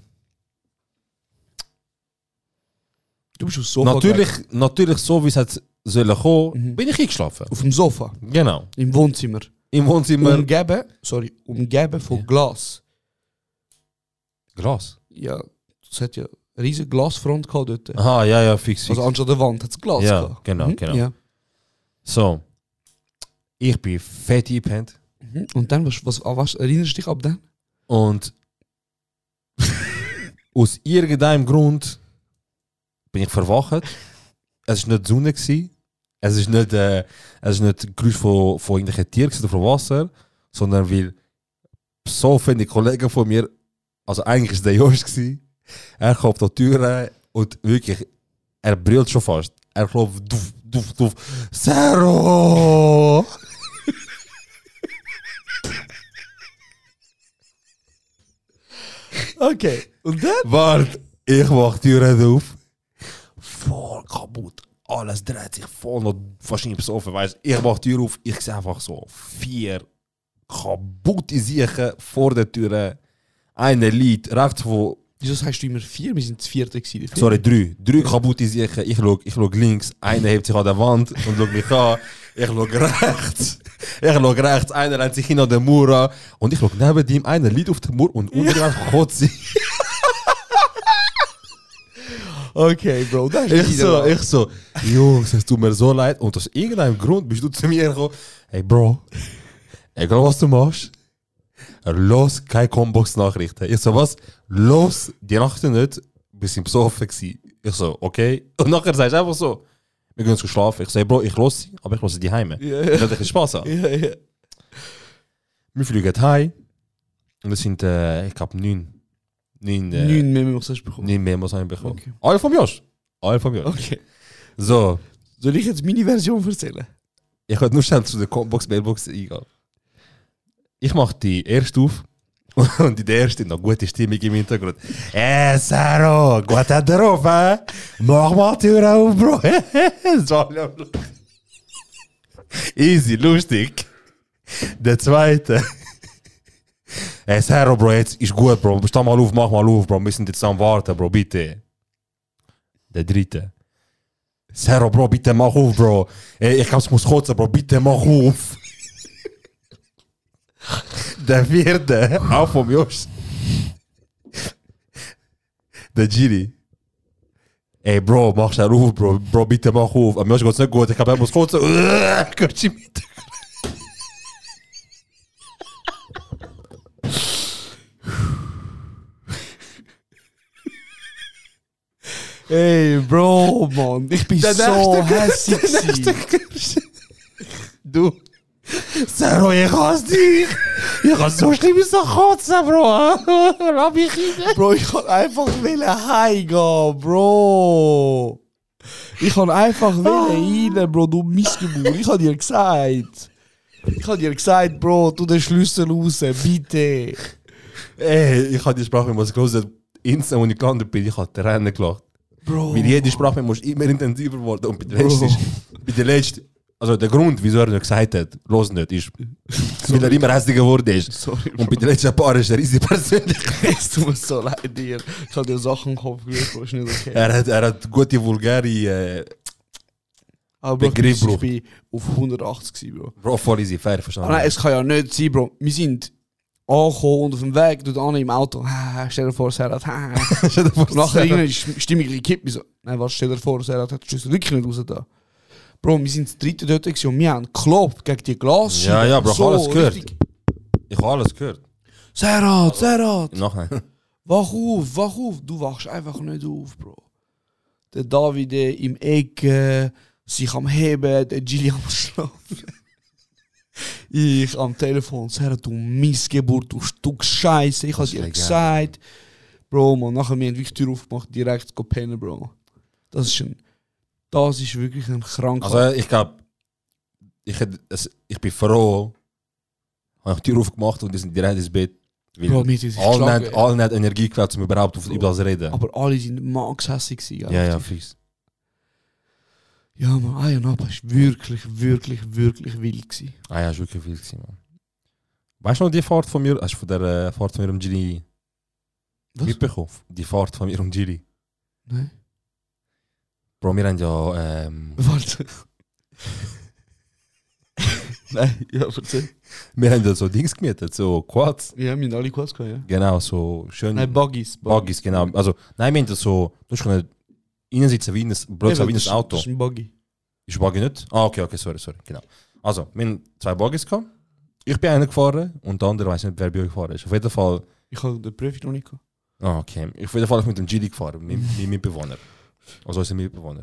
A: Du bist auf dem Sofa.
B: natürlich,
A: gelegen.
B: natürlich so wie es hat sollen kommen,
A: Mhm.
B: bin ich eingeschlafen.
A: Auf dem Sofa,
B: Genau.
A: im Wohnzimmer.
B: Im Wohnzimmer.
A: Umgeben, sorry, umgeben von
B: Ja.
A: Glas.
B: Glas.
A: Ja, es hat ja eine riesige Glasfront gehabt dort.
B: Aha, ja, ja, fix. fix.
A: Also anstatt der Wand hat es Glas
B: Ah, Ja,
A: gehabt. Mhm.
B: genau, genau.
A: Ja.
B: so. Ich bin fett eingepennt
A: Mhm. Und dann, was, was, an was erinnerst du dich ab dann?
B: und aus irgendeinem Grund bin ich verwacht. Es war nicht die Sonne. Gewesen. Es ist nicht, äh, es ist nicht das Geräusch von, von irgendwelchen Tieren gewesen oder von Wasser, sondern weil so viele Kollegen von mir, also eigentlich war es der Josh, gewesen, er klopft an die Türe und wirklich, er brüllt schon fast. Er klopft, duf, duf, duf, Zero!
A: Okay. Und dann?
B: Wart, ich mach die Tür auf. Voll kaputt. Alles dreht sich voll noch wahrscheinlich besoffen. Weißt, ich mach die Tür auf. Ich sehe einfach so vier kaputte Siechen vor der Tür. Einer liegt rechts von,
A: Wieso sagst du immer vier? Wir sind das vierte gewesen.
B: sorry, drei. Drei kaputte Siechen. Ich schau, ich schau links. Einer hebt sich an der Wand und schaut mich an. Ich schau rechts. Ich schau rechts. Einer rennt sich hin an der Mauer an. Und ich schau neben ihm. Einer liegt auf der Mauer und unter ihm kotzt sich.
A: Okay, Bro, das ist
B: Ich so, ich so, Jungs, es tut mir so leid. Und aus irgendeinem Grund bist du zu mir gekommen, hey Bro, egal was du machst, los keine Combox-Nachrichten. Ich so, was? Los, die Nacht nicht, bisschen besoffen gsi. Ich so, okay. Und nachher sagst du einfach so, wir gehen zu schlafen. Ich so, hey Bro, ich los sie, aber ich los sie die Heime.
A: Ja,
B: Ich
A: ja.
B: hatte Spaß haben.
A: ja, ja.
B: Wir fliegen heim. Und es sind, äh, ich glaube, neun. Neun, äh,
A: Neun Memos hast du bekommen.
B: neun Memos haben wir bekommen.
A: Okay.
B: Alle vom Josh. Alle vom Josh.
A: Okay.
B: So.
A: Soll ich jetzt meine Version erzählen?
B: Ich wollte nur schnell zu der Combox Mailbox eingehen. Ich mache die erste auf. Und in der ersten noch gute Stimmung im Hintergrund. Hey, Saro, gut hat er auf, hä? Mach mal die Tür auf, Bro. Das war alle am Lachen. Easy, lustig. Der zweite. Hey, Saro, Bro, jetzt ist gut, Bro. Steh mal auf, mach mal auf, Bro. Wir sind jetzt am Warten, Bro, bitte. Der dritte. Sero, Bro, bitte mach auf, Bro. Ey, ich glaub, es muss kotzen, Bro, bitte mach auf. Der vierte, auch vom Josh. Der Giri. Ey, Bro, mach schnell auf, Bro. Bro, bitte mach auf. Am Josh geht's nicht gut, ich glaub, er muss kotzen. Uah, Gott, im Hintergrund.
A: Ey, Bro, Mann, ich bin
B: Der
A: so
B: nächste-
A: hässlich. gewesen.
B: Du. Sero, ich hasse dich. Ich hasse so schlimm, so kotzen, Bro. Lass mich rein.
A: Bro, ich kann einfach willen heimgehen, Bro. Ich kann einfach willen rein, Bro, du Missgeburt. Ich hab dir gesagt. Ich hab dir gesagt, Bro, tu den Schlüssel raus, bitte.
B: Ey, ich habe die Sprachmemo gelesen. Instant, als ich gelandet bin, ich habe Tränen gelacht.
A: Bro.
B: Weil jede Sprachmemo ist immer intensiver geworden. Und bei der
A: Bro.
B: letzten, ist- bei der letzten also der Grund, wieso er nicht gesagt hat, los nicht, ist, weil er immer hässlicher geworden ist.
A: Sorry, Bro.
B: Und bei den letzten paar ist er easy persönlich.
A: Es tut mir so leid, dir. Ich hab dir Sachen im Kopf gerufen, ist nicht okay.
B: Er hat, er hat gute, vulgäre, äh,
A: Aber Ah, Bro,
B: Begriff,
A: ich
B: Bro.
A: bin auf 180 gewesen, Bro.
B: Bro, voll easy, fair,
A: Ah,
B: verstanden.
A: nein, es kann ja nicht sein, Bro. Wir sind angekommen und auf dem Weg durch Anne im Auto. Ah, stell dir vor, Serhat. Ah.
B: Stell dir vor,
A: Und nachher
B: Sarah-
A: irgendwann ist die Stimmung gekippt. Ich so, nein, was stell dir vor, Serhat hat den Schlüssel wirklich nicht raus da. Bro, wir sind das dritte dort gewesen und wir haben geklopft gegen die Glasscheibe.
B: Ja, ja, Bro, ich
A: so,
B: habe alles gehört.
A: richtig.
B: Ich habe alles gehört.
A: Serat, Serat,
B: Im Nachhinein.
A: wach auf, wach auf. Du wachst einfach nicht auf, Bro. Der Davide im Ecke, sich am Heben, der Gilly am Schlafen. ich am Telefon, Serat, du Missgeburt, du Stück Scheiße. Ich habe
B: Das
A: dir
B: ist
A: gesagt. Bro, man, nachher wir haben wirklich die Tür aufgemacht, direkt go pennen, Bro. Das ist ein, das ist wirklich ein kranker.
B: Also ich glaube, ich, hätte- es- ich bin froh, habe ich die Tür aufgemacht und die sind direkt ins Bett. Weil
A: Bro, wir sind sich
B: all
A: geschlagen,
B: nicht,
A: ey.
B: all nicht Energie gehabt, um überhaupt auf,
A: Bro.
B: über das zu reden.
A: Aber alle sind max hässig gewesen.
B: ja,
A: gell?
B: ja, fix.
A: Ja, nou, man, Eier Napa war wirklich, wirklich, wirklich wild. Gewesen.
B: Ah ja, ist wirklich viel gewesen, Mann. Weißt du noch die Fahrt von mir, hast du von der äh, Fahrt von mir um Gili
A: Was?
B: mitbekommen? Die Fahrt von mir um Gili.
A: Nein.
B: Bro, wir haben ja, ähm,
A: Warte. Nein, ja, verzeih.
B: wir haben ja so Dings gemietet, so Quads.
A: Ja, wir haben alle Quads gehabt, ja.
B: Genau, so schön.
A: Nein, Buggies.
B: Buggies, genau. Also, nein, wir haben das so, du hast können reinsitzen wie in ein, Bro,
A: Eben,
B: so wie in
A: das
B: ein
A: ist-
B: Auto.
A: Das ist ein dus Buggy.
B: Ist Buggy nicht? Ah, okay, okay, sorry, sorry, genau. Also, wir haben zwei Buggies gehabt. Ich bin einer gefahren und der andere, weiß nicht, wer bei euch gefahren ist. Auf jeden Fall,
A: Ich habe den Prüfung noch nicht gehabt.
B: Ah, okay. Ich bin Fall mit dem Gili gefahren, mit meinem Mitbewohner. Also unser Mitbewohner.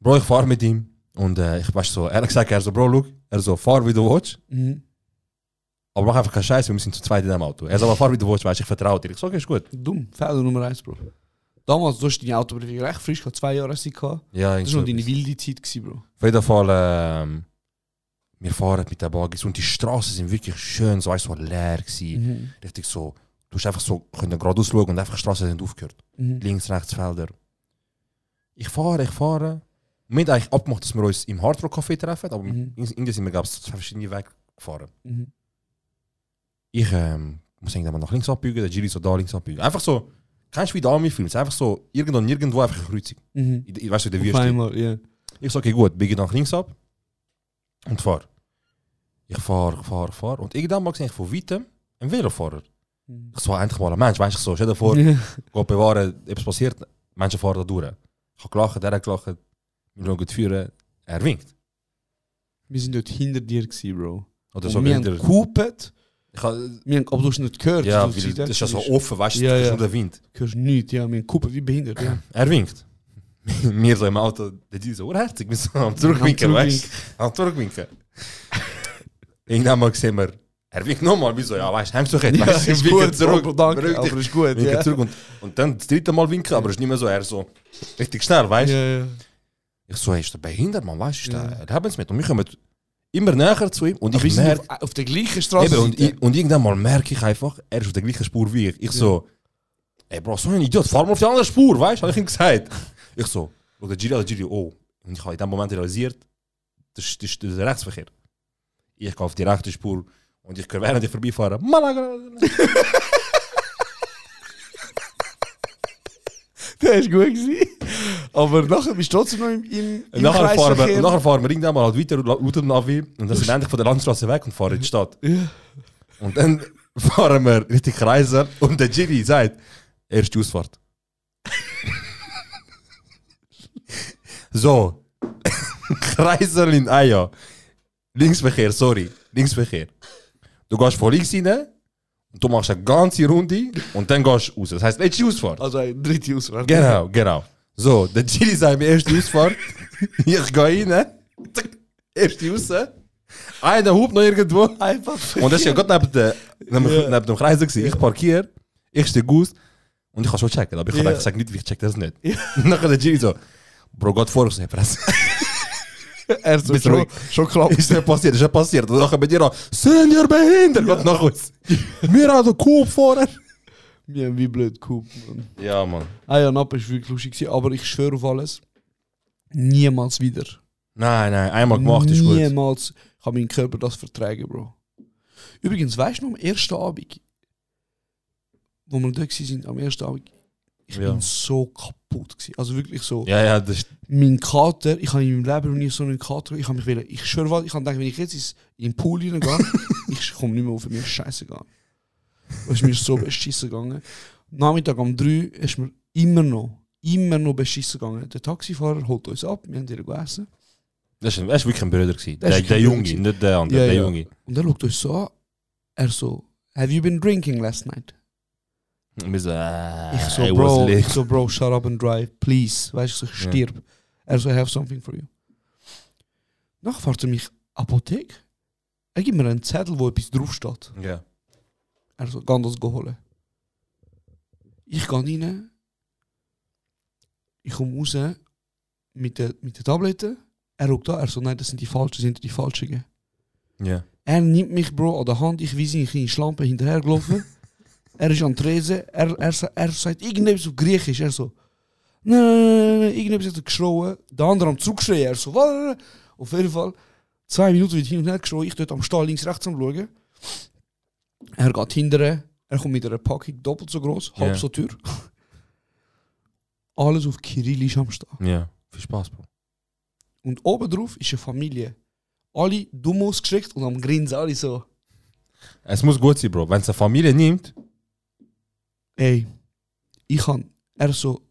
B: Bro, ich fahre mit ihm und äh, ich weiß so, er hat gesagt, er so, Bro, look, er so, fahr wie du willst,
A: Mhm.
B: aber mach einfach keinen Scheiß, wir sind zu zweit in dem Auto. Er so, aber fahr wie du willst, weißt du, ich vertraue dir. Ich so, okay, ist gut.
A: Dumm. Fehler Nummer eins, Bro. dus Damals, du hast deine Autoprüfung recht frisch gehabt, zwei Jahre hast du gehabt.
B: Ja,
A: Das war noch deine wilde Zeit, gewesen, Bro.
B: Auf jeden Fall, ähm, wir fahren mit der Bagis und die Straßen sind wirklich schön, so, weißt du, so leer gewesen.
A: Mhm.
B: Richtig so, du hast einfach so, können geradeaus schauen und einfach die Straßen sind aufgehört.
A: Mhm.
B: links, rechts Felder. Ich fahre, ich fahre. Wir haben eigentlich abgemacht, dass wir uns im Hard Rock Café treffen, aber
A: Mhm.
B: in Indien sind wir, glaube ich, zwei verschiedene Wege gefahren.
A: Mhm.
B: Ich ähm, muss irgendwann mal nach links abbiegen, der Giri so da links abbiegen. Einfach so, kennst du wie der Ami-Film, es ist einfach so, irgendwo, nirgendwo einfach eine Kreuzung.
A: Mhm.
B: In- in- Weißt du, in der
A: Auf
B: Wüste.
A: einmal, ja.
B: Ich sage, okay, gut, biege nach links ab und fahre. Ich fahre, fahre, fahre. Und irgendwann mal sehe ich von weitem einen Velofahrer.
A: Mhm.
B: Ich so, endlich mal ein Mensch, weißt du, so, stell dir vor,
A: Ja.
B: Gott bewahre, etwas passiert, Menschen fahren da durch. Ich habe gelacht, er hat gelacht, wir schauen die Führer, er winkt.
A: Wir sind dort hinter dir, gewesen, Bro.
B: Oder
A: Und
B: so
A: wir haben
B: hinter.
A: gekuppelt,
B: Ich hab-
A: wir haben, aber du hast nicht gehört.
B: Ja,
A: dass du
B: weil
A: Zeit
B: das ist ja so
A: hast.
B: offen, weißt du,
A: Ja,
B: du hörst
A: ja.
B: nur der Wind.
A: hörst nichts, ja, wir gucken wie behindert. Ja.
B: Er winkt. Wir so im Auto, der ist so urherzig, wir sind am Zurückwinken,
A: Am
B: weißt du? Am Zurückwinken. Irgendwann mal sehen wir, er winkt nochmal, wir so, ja, weißt du, heimsuchen,
A: Ja,
B: weißt du,
A: ist
B: winken
A: gut, Bro, danke,
B: beruhig dich.
A: aber ist gut,
B: Winken
A: ja.
B: zurück und, und dann das dritte Mal winken, aber es ist nicht mehr so, er so richtig schnell, weißt du?
A: ja, ja.
B: Ich so, ist der behindert, man, weißt du, ist
A: Ja.
B: der Lebensmittel. Und wir kommen immer näher zu ihm und
A: Aber
B: ich
A: wir sind
B: merke,
A: auf, auf der gleichen Straße.
B: eben, und, ich- und irgendwann mal merke ich einfach, er ist auf der gleichen Spur wie ich. Ich so, ey Bro, so ein Idiot, fahr mal auf die andere Spur, weißt du, habe ich ihm gesagt. ich so, und der Giri, der Giri, oh. Und ich habe in dem Moment realisiert, das ist, das ist der Rechtsverkehr. Ich gehe auf die rechte Spur und ich kann während ich vorbeifahre, Malaga.
A: das war gut. Gewesen. Aber nachher bist du trotzdem noch im, im, im
B: Nachher fahren, wir,
A: Kreisverkehr.
B: und nachher fahren wir irgendwann mal halt weiter, lauter Navi, und dann sind wir endlich von der Landstraße weg und fahren in die Stadt.
A: Ja.
B: Und dann fahren wir richtig Kreise und der Giri sagt, erste Ausfahrt. so. Kreisel in Eier. Linksverkehr, sorry. Linksverkehr. Du gehst von links rein, und du machst eine ganze Runde und dann gehst du raus. Das heißt, letzte Ausfahrt.
A: Also eine dritte Ausfahrt.
B: Genau, genau. So, der Giri sagt mir erste Ausfahrt. ich gehe rein. Zack, erste raus. Einer hupt noch irgendwo.
A: Einfach
B: Und das ist ja gerade neben, der, neben,
A: Ja.
B: neben dem Kreis. gewesen. Ich parkiere, ich stehe Gus und ich kann schon checken. Aber ich habe
A: Ja.
B: gesagt, nicht, ich check das nicht.
A: Ja.
B: Und Nachher der Giri so, Bro, Gott vor, ich so, hey, Press.
A: er so
B: Bist
A: schon,
B: ruhig.
A: schon klar.
B: Ist nicht passiert, ist nicht passiert. Und nachher bei dir auch, sind ihr behindert? Gott nach uns. Wir haben den Coop vorher.
A: Wir haben wie blöd gehupt, Mann.
B: Ja, Mann.
A: Ah ja, Napa war wirklich lustig. Gewesen, aber ich schwöre auf alles. Niemals wieder.
B: Nein, nein, einmal gemacht ist gut.
A: Niemals kann mein Körper das vertragen, Bro. Übrigens, weißt du noch am ersten Abend, wo wir da waren, am ersten Abend, ich
B: Ja.
A: bin so kaputt. Gewesen. Also wirklich so.
B: Ja, ja, dus das ist
A: Mein Kater, ich habe in meinem Leben noch nie so einen Kater. Ich habe mich wollen, ich schwöre, was, ich habe gedacht, wenn ich jetzt ins, in den Pool reingehe, ich komme nicht mehr auf, mir ist scheißegal. Es ist mir so beschissen gegangen. Nachmittag um 3 ist mir immer noch, immer noch beschissen gegangen. Der Taxifahrer holt uns ab, wir haben ihr gegessen.
B: Das ist, ein- er ist wirklich ein Bruder gewesen.
A: Er ist
B: Der,
A: wirklich
B: der
A: ein
B: Junge,
A: Bruder
B: nicht der andere,
A: Ja,
B: der
A: ja.
B: Junge.
A: Und er schaut uns so an. Er so, have you been drinking last night?
B: Und wir so, äh,
A: Ich so,
B: I was
A: Bro, ich
B: late.
A: so, Bro, shut up and drive, please. Weißt du, ich so, stirb. Er so, I have something for you. Nachher fragt er mich, Apotheke? Er gibt mir einen Zettel, wo etwas draufsteht.
B: Ja.
A: Er so, geh das holen. Ich gehe rein. Ich komme raus mit den, mit den Tabletten. Er schaut da, er so, nein, das sind die falschen, sind die falschen.
B: Ja.
A: Er nimmt mich, Bro, an der Hand. Ich wie seine kleine Schlampe hinterhergelaufen. er ist an die Tresen. Er, er, sa- er sagt irgendetwas auf Griechisch. Er so, nein, nein, nein, nein, irgendetwas hat er geschrien. Der andere am Zug geschrien. Er so, warte. Auf jeden Fall, zwei Minuten wird hin und her geschrien. Ich dort am Stall links, rechts am Schauen. Er geht hinterher. Er kommt mit einer Packung doppelt so groß, halb
B: Ja.
A: so teuer. Alles auf Kirillisch am Stall.
B: Ja. Viel Spaß, Bro.
A: Und obendrauf ist eine Familie. Alle dumm ausgeschickt und am Grinsen, alle so.
B: Es muss gut sein, Bro. Wenn es eine Familie nimmt,
A: ey, ich kann, er so,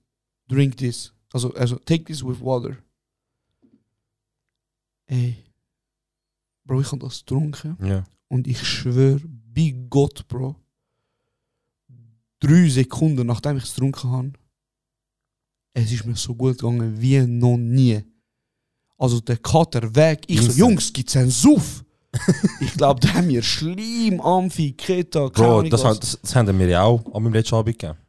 A: drink this, also, also, take this with water. Ey, Bro, ich habe das getrunken
B: ja.
A: und ich schwöre, bei Gott, Bro, drei Sekunden nachdem ich es getrunken habe, es ist mir so gut gegangen wie noch nie. Also der Kater weg, ich so,
B: Instant.
A: Jungs, gibt's einen Suff? ich glaube, der haben mir Schleim, Amphi, Keta, keine
B: Bro,
A: Ahnung
B: das,
A: was.
B: haben- das, das haben wir ja auch an meinem letzten Abend gegeben.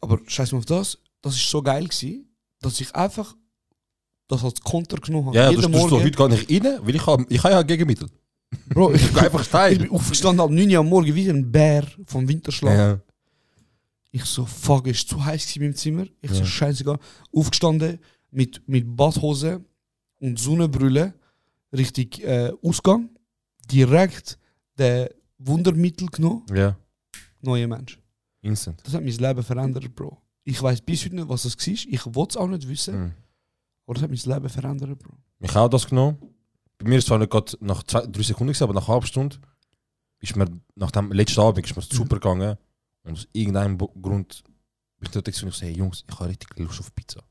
A: aber scheiß mal auf das, das ist so geil gewesen, dass ich einfach das als Konter genommen habe.
B: Ja, ja, du
A: Jeden
B: du so,
A: Morgen,
B: heute gar nicht rein, weil ich habe ich hab ja Gegenmittel.
A: Bro, ich,
B: Ich gehe einfach
A: ich
B: steil.
A: bin aufgestanden ab 9 Uhr am Morgen wie ein Bär vom Winterschlaf.
B: Ja.
A: Ich so, fuck, es war zu heiß gewesen im Zimmer. Ich so,
B: Ja.
A: scheißegal. Aufgestanden mit, mit Badhose und Sonnenbrille, richtig äh, Ausgang, direkt den Wundermittel genommen,
B: ja.
A: neuer Mensch.
B: Instant.
A: Das hat mein Leben verändert, Bro. Ich weiß bis heute nicht, was das war. Ich wollte es auch nicht wissen,
B: Mhm.
A: aber das hat mein Leben verändert, Bro.
B: Ich habe das genommen. Bei mir ist es zwar nicht gerade nach zwei, drei Sekunden, gewesen, aber nach einer halben Stunde ist mir, nach dem letzten Abend, ist mir super gegangen. Und aus irgendeinem Bo- Grund bin ich dort gewesen und ich so, hey Jungs, ich habe richtig Lust auf Pizza.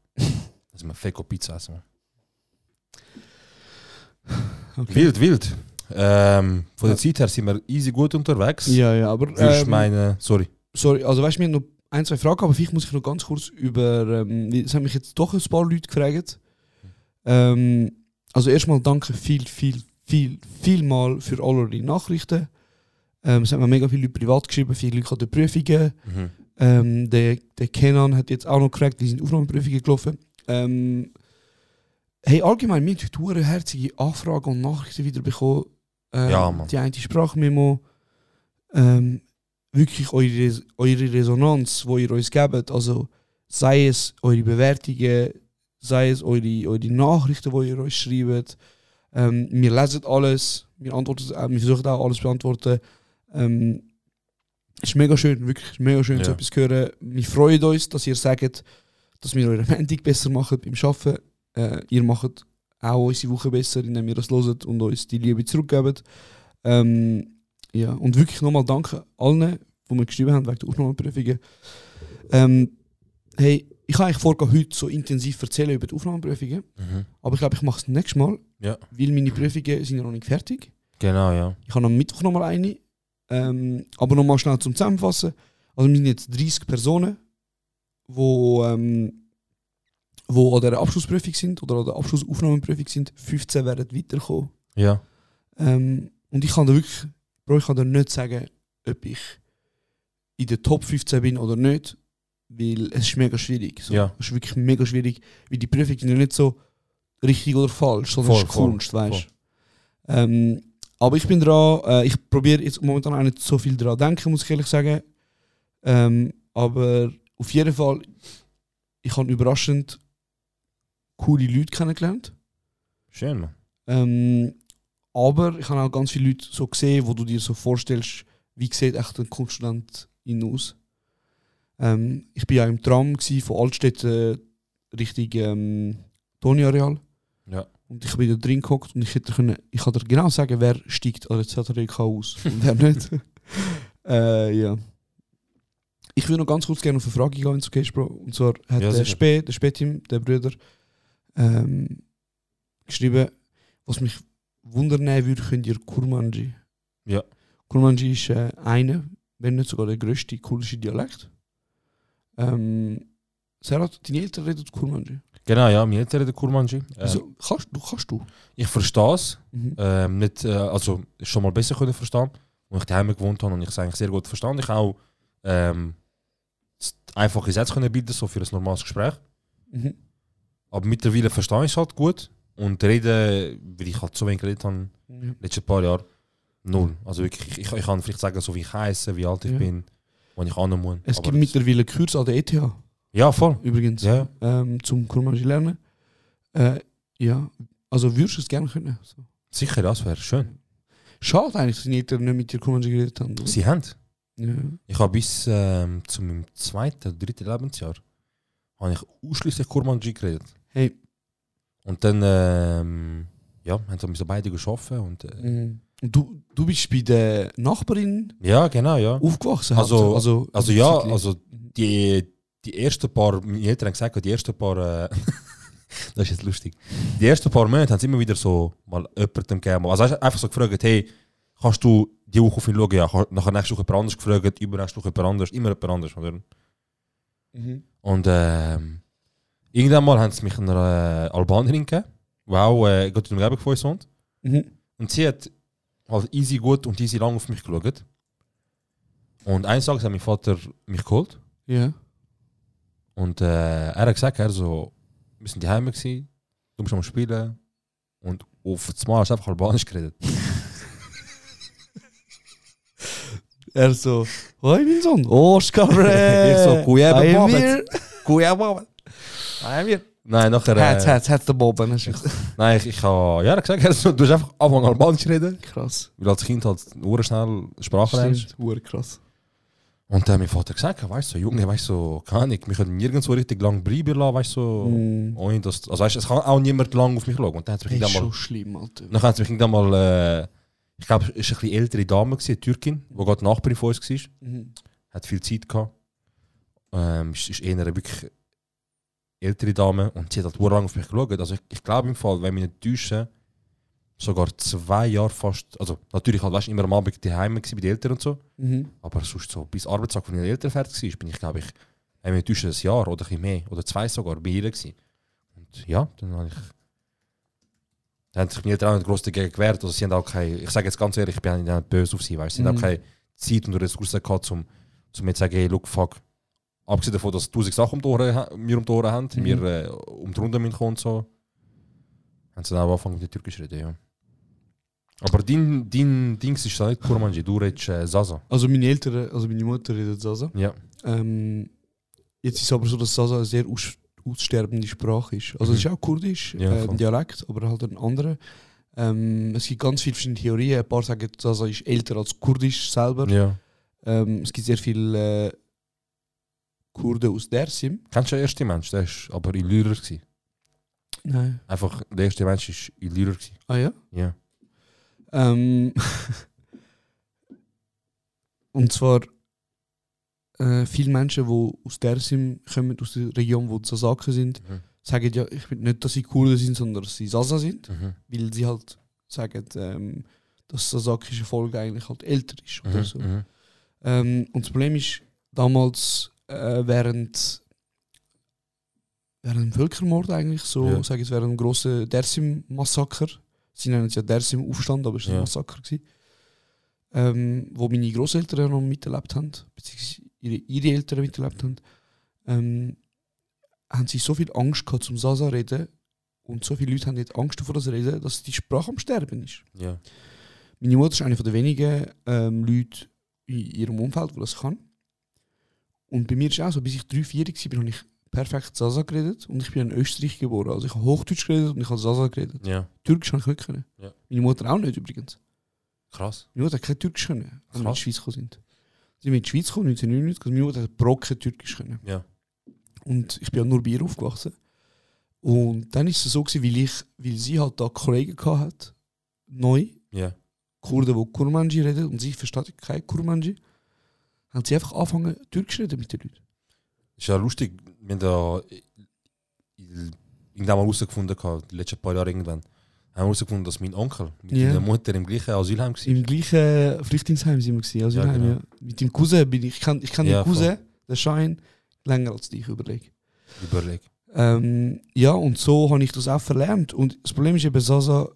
B: Also wir Feko Pizza essen. Mann. Wild, wild. Ähm, von der Zeit her sind wir easy gut unterwegs.
A: Ja, ja, aber.
B: Würdest
A: ähm,
B: meine, sorry.
A: sorry, also weißt du, wir haben noch ein, zwei Fragen, aber vielleicht muss ich noch ganz kurz über. Ähm, es haben mich jetzt doch ein paar Leute gefragt. Ähm, also erstmal danke viel, viel, viel, viel mal für all eure Nachrichten. Ähm, es haben mir mega viele Leute privat geschrieben, viele Leute an den Prüfungen.
B: Mhm.
A: Ähm, der, der Kenan hat jetzt auch noch gefragt, die sind Aufnahmeprüfungen gelaufen. Ähm, hey, allgemein, wir haben heute hure herzige Anfragen und Nachrichten wieder bekommen. Ähm,
B: Ja, Mann.
A: Die eine Sprachmemo. Ähm, wirklich eure, eure Resonanz, die ihr uns gebt. Also, sei es eure Bewertungen, sei es eure, eure Nachrichten, die ihr uns schreibt. Ähm, wir lesen alles, wir, antworten, äh, wir versuchen auch alles zu beantworten. Ähm, ist mega schön, wirklich ist mega schön, so
B: Ja.
A: etwas zu hören. Wir freuen uns, dass ihr sagt, dass wir eure Mendung besser machen beim Arbeiten. Äh, ihr macht auch unsere Woche besser, indem ihr das loset und uns die Liebe zurückgebt. Ähm, ja, und wirklich nochmal danke allen, die wir geschrieben haben wegen der Aufnahmeprüfungen. Ähm, hey, ich habe eigentlich vorgehabt, heute so intensiv erzählen über die Aufnahmeprüfungen.
B: Mhm.
A: Aber ich glaube, ich mache es nächstes Mal.
B: Ja.
A: Weil meine Prüfungen sind ja noch nicht fertig.
B: Genau, ja.
A: Ich habe am Mittwoch nochmal eine. Ähm, aber nochmal schnell zum Zusammenfassen. Also wir sind jetzt 30 Personen, wo, ähm, wo an der Abschlussprüfung sind oder an der Abschlussaufnahmeprüfung sind. 15 werden weiterkommen.
B: Ja.
A: Ähm, und ich kann da wirklich, Bro, ich kann da nicht sagen, ob ich in der Top 15 bin oder nicht, weil es ist mega schwierig. So.
B: Ja.
A: Es ist wirklich mega schwierig, weil die Prüfungen sind ja nicht so richtig oder falsch, sondern
B: Voll,
A: es ist
B: voll,
A: Kunst, weißt du. Ähm, aber ich bin dran, äh, ich probiere jetzt momentan auch nicht so viel dran denken, muss ich ehrlich sagen. Ähm, aber auf jeden Fall, ich habe überraschend coole Leute kennengelernt.
B: Schön, Mann.
A: Ähm, aber ich habe auch ganz viele Leute so gesehen, wo du dir so vorstellst, wie sieht echt ein Kunststudent innen aus. Ähm, ich bin ja im Tram gsi von Altstädte Richtung ähm, Toni-Areal.
B: Ja.
A: Und ich bin da drin gehockt und ich hätte können, ich kann dir genau sagen, wer steigt an der ZRK aus und wer nicht. äh, ja. Ich würde noch ganz kurz gerne auf eine Frage gehen, wenn es okay ist, Bro. Und zwar hat der
B: Ja, sicher.
A: Spä, der Spätim, der Brüder, ähm, geschrieben, Was mich wundern würde, könnt ihr Kurmanji.
B: Ja.
A: Kurmanji ist äh, einer, wenn nicht sogar der größte kurdische Dialekt. Ähm, Serhat, deine Eltern reden Kurmanji.
B: Genau, ja, mir jetzt redet Kurmanji. Ähm,
A: Also, kannst du? Kannst du?
B: Ich verstehe es.
A: Mhm.
B: ähm, nicht, äh, also schon mal besser können verstehen. Wo ich daheim gewohnt habe und ich es eigentlich sehr gut verstanden. Ich habe auch ähm, s- einfache Sätze können bilden, so für ein normales Gespräch.
A: Mhm.
B: Aber mittlerweile verstehe ich es halt gut. Und reden, weil ich halt so wenig geredet habe in
A: Mhm. Ja.
B: den letzten paar Jahren, null. Also wirklich, ich, ich kann vielleicht sagen, so wie ich heiße, wie alt ich
A: Ja.
B: bin, wann ich an muss.
A: Es
B: Aber
A: gibt mittlerweile Kurs an der ETH
B: ja, voll.
A: übrigens,
B: Ja.
A: ähm, zum Kurmanji lernen. Äh, ja, also würdest du es gerne können. So.
B: Sicher, das wäre schön.
A: Schade eigentlich, dass deine Eltern nicht mit dir Kurmanji geredet haben. oder?
B: Sie haben.
A: Ja.
B: Ich habe bis ähm, zu meinem zweiten, dritten Lebensjahr habe ich ausschließlich Kurmanji geredet.
A: Hey,
B: Und dann, ähm, ja, haben sie müssen beide geschafft. Und, äh,
A: mhm. Und du, du bist bei der Nachbarin
B: Ja, genau,
A: Uh,
B: ja.
A: aufgewachsen.
B: Also-
A: also,
B: Also ja,
A: Zeitli-
B: also die, die ersten paar, meine Eltern haben gesagt, die ersten paar, äh, das ist jetzt lustig, die ersten paar Monate haben sie immer wieder so mal jemandem gegeben. Also hast du einfach so gefragt, hey, kannst du die Woche auf ihn schauen? Ja, kannst- nachher nächste Woche jemand anders gefragt, übernächste Woche jemand anders, immer jemand anders, oder?
A: Mhm.
B: Und ähm, irgendwann mal haben sie mich einer äh, Albanerin gegeben, die auch äh, gerade in der Umgebung von uns wohnt.
A: Mhm.
B: Und sie hat halt easy gut und easy lang auf mich geschaut. Und eines Tages hat mein Vater mich geholt
A: Ja.
B: und äh, er hat gesagt, er so, wir sind daheim gewesen, du bist am Spielen und auf das Mal hast du einfach Albanisch geredet.
A: Er so, hoi mein Sohn, Oscar, äh,
B: Ich so, «Guten
A: I am
B: Abend.» Äh,
A: here.
B: Guter Moment. Nein, wir. Nein, nachher.
A: Herz,
B: Äh,
A: Herz, Herz der Boben. Das ist
B: nein, ich, ich habe. Ja, er hat gesagt, er so, du hast einfach anfangen Albanisch reden,
A: krass.
B: weil als Kind halt urschnell Sprache lernst.
A: Stimmt, hure krass.
B: Und dann hat mein Vater gesagt, weißt du, so, Junge, weißt du, so, keine Ahnung, wir können nirgendwo richtig lang bleiben lassen, weißt du, so,
A: Mhm.
B: ohne dass, also weißt, du, es kann auch niemand lang auf mich schauen. Und dann hat mich
A: Das ist
B: irgendwann
A: schon
B: mal,
A: schlimm, Alter.
B: dann hat mich irgendwann mal, äh, ich glaube, es war eine bisschen ältere Dame, gewesen, eine Türkin, die gerade Nachbarin von uns war,
A: Mhm.
B: hat viel Zeit gehabt. Ähm, es ist eher eine wirklich ältere Dame und sie hat halt lang auf mich geschaut. Also ich, ich glaube im Fall, wenn wir nicht täuschen, sogar zwei Jahre fast, also natürlich halt, weißt du, immer am Abend daheim gewesen bei den Eltern und so.
A: Mhm.
B: Aber sonst so, bis Arbeitstag von den Eltern fertig war, bin ich, glaube ich, wenn wir täuschen, ein Jahr oder ein bisschen mehr oder zwei sogar bei ihr. Gewesen. Und ja, dann habe ich. Dann haben sich meine Eltern auch nicht gross dagegen gewehrt. Also sie haben auch keine, ich sage jetzt ganz ehrlich, ich bin auch nicht- nicht böse auf sie, weißt du. Sie haben
A: Mhm.
B: auch keine Zeit und Ressourcen gehabt, um zum jetzt zu sagen, hey, look, fuck. Abgesehen davon, dass tausend Sachen um die Ohren, ha- mir um die Ohren haben,
A: Mhm.
B: wir äh, um die Runde müssen kommen und so. Haben sie dann auch angefangen mit der Türkisch zu reden, ja. Aber dein, dein Dings ist nicht Kurmanji, du redest äh, Zaza.
A: Also meine Eltern, also meine Mutter redet Sasa.
B: Ja.
A: Ähm, jetzt ist es aber so, dass Sasa eine sehr aus, aussterbende Sprache ist. Also es ist auch kurdisch,
B: Ja,
A: äh,
B: voll.
A: ein Dialekt, aber halt ein anderer. Ähm, es gibt ganz viele verschiedene Theorien. Ein eh, paar sagen, Sasa ist älter als Kurdisch selber.
B: ja.
A: Ähm, es gibt sehr viele äh, Kurden aus Dersim.
B: Kennst du den ersten Mensch? Der war aber Illyrer. Gewesen.
A: Nein.
B: Einfach, der erste Mensch ist Illyrer. Gewesen.
A: Ah ja?
B: Ja.
A: Ähm, und zwar äh, viele Menschen, die aus Dersim kommen, aus der Region, wo die Sasaken sind,
B: Mhm.
A: sagen ja, ich bin nicht, dass sie Kurden sind, sondern dass sie Sasa sind,
B: Mhm.
A: weil sie halt sagen, ähm, dass das sasakische Volk eigentlich halt älter ist oder
B: Mhm,
A: so.
B: mhm.
A: Ähm, und das Problem ist, damals äh, während während dem Völkermord eigentlich, so
B: Ja.
A: sage ich es, während dem grossen Dersim-Massaker, sie nennen es ja Dersim-Aufstand, aber es war
B: Ja.
A: ein Massaker, gewesen, ähm, wo meine Großeltern ja noch miterlebt haben, beziehungsweise ihre, ihre Eltern miterlebt haben, ähm, haben sie so viel Angst gehabt zum Sasa reden und so viele Leute haben jetzt Angst vor das Reden, dass die Sprache am Sterben ist.
B: Ja.
A: Meine Mutter ist eine der wenigen ähm, Leute in ihrem Umfeld, die das kann. Und bei mir ist es auch so, bis ich drei, vier war, habe ich perfekt Sasa geredet und ich bin in Österreich geboren. Also ich habe Hochdeutsch geredet und ich habe Sasa geredet.
B: ja.
A: Türkisch habe ich nicht können.
B: Ja.
A: Meine Mutter auch nicht übrigens.
B: Krass.
A: Meine Mutter hat kein Türkisch können, als wir in
B: Krass.
A: die Schweiz gekommen sind. Sie sind in die Schweiz gekommen, 1999, und meine Mutter hat Brocken Türkisch können.
B: Ja.
A: Und ich bin ja nur bei ihr aufgewachsen. Und dann ist es so, gewesen, weil, ich, weil sie halt da Kollegen gehabt hat, neu,
B: Ja.
A: Kurden, die Kurmanji reden und sie versteht kein Kurmanji, haben sie einfach angefangen, Türkisch zu reden mit den Leuten.
B: Ist ja lustig, wenn da irgendwann mal herausgefunden hat, die letzten paar Jahre irgendwann, haben wir herausgefunden, dass mein Onkel mit
A: Ja.
B: meiner Mutter im gleichen Asylheim war.
A: Im gleichen äh, Flüchtlingsheim sind wir gewesen, also
B: Ja,
A: ja,
B: genau.
A: ja. Mit dem Cousin bin ich, ich kenne ich kenn
B: Ja,
A: den Cousin, den Schein, länger als dich überleg.
B: Überleg.
A: Ähm, ja, und so habe ich das auch verlernt. Und das Problem ist eben, Sasa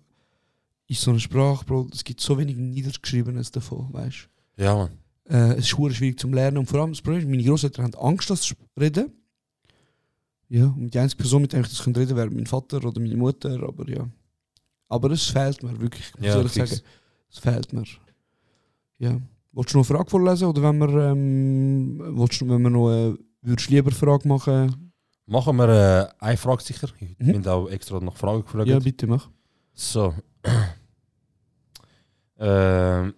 A: ist so eine Sprache, Bro, es gibt so wenig Niedergeschriebenes davon, weißt
B: Ja, Mann.
A: du. Äh, es ist hure schwierig zum Lernen und vor allem das Problem ist, meine Großeltern haben Angst, dass sie reden. Ja, und die einzige Person, mit der ich das reden könnte, wäre mein Vater oder meine Mutter, aber ja. Aber es fehlt mir wirklich, ich muss
B: Ja,
A: ehrlich
B: fix.
A: sagen. Es fehlt mir. Ja. Wolltest du noch eine Frage vorlesen oder wenn wir, ähm, willst du, wenn wir noch äh, würdest du lieber eine Frage machen?
B: Machen wir äh, eine Frage sicher. Ich
A: Mhm.
B: bin auch extra noch Fragen gefragt.
A: Ja, bitte mach.
B: So. ähm.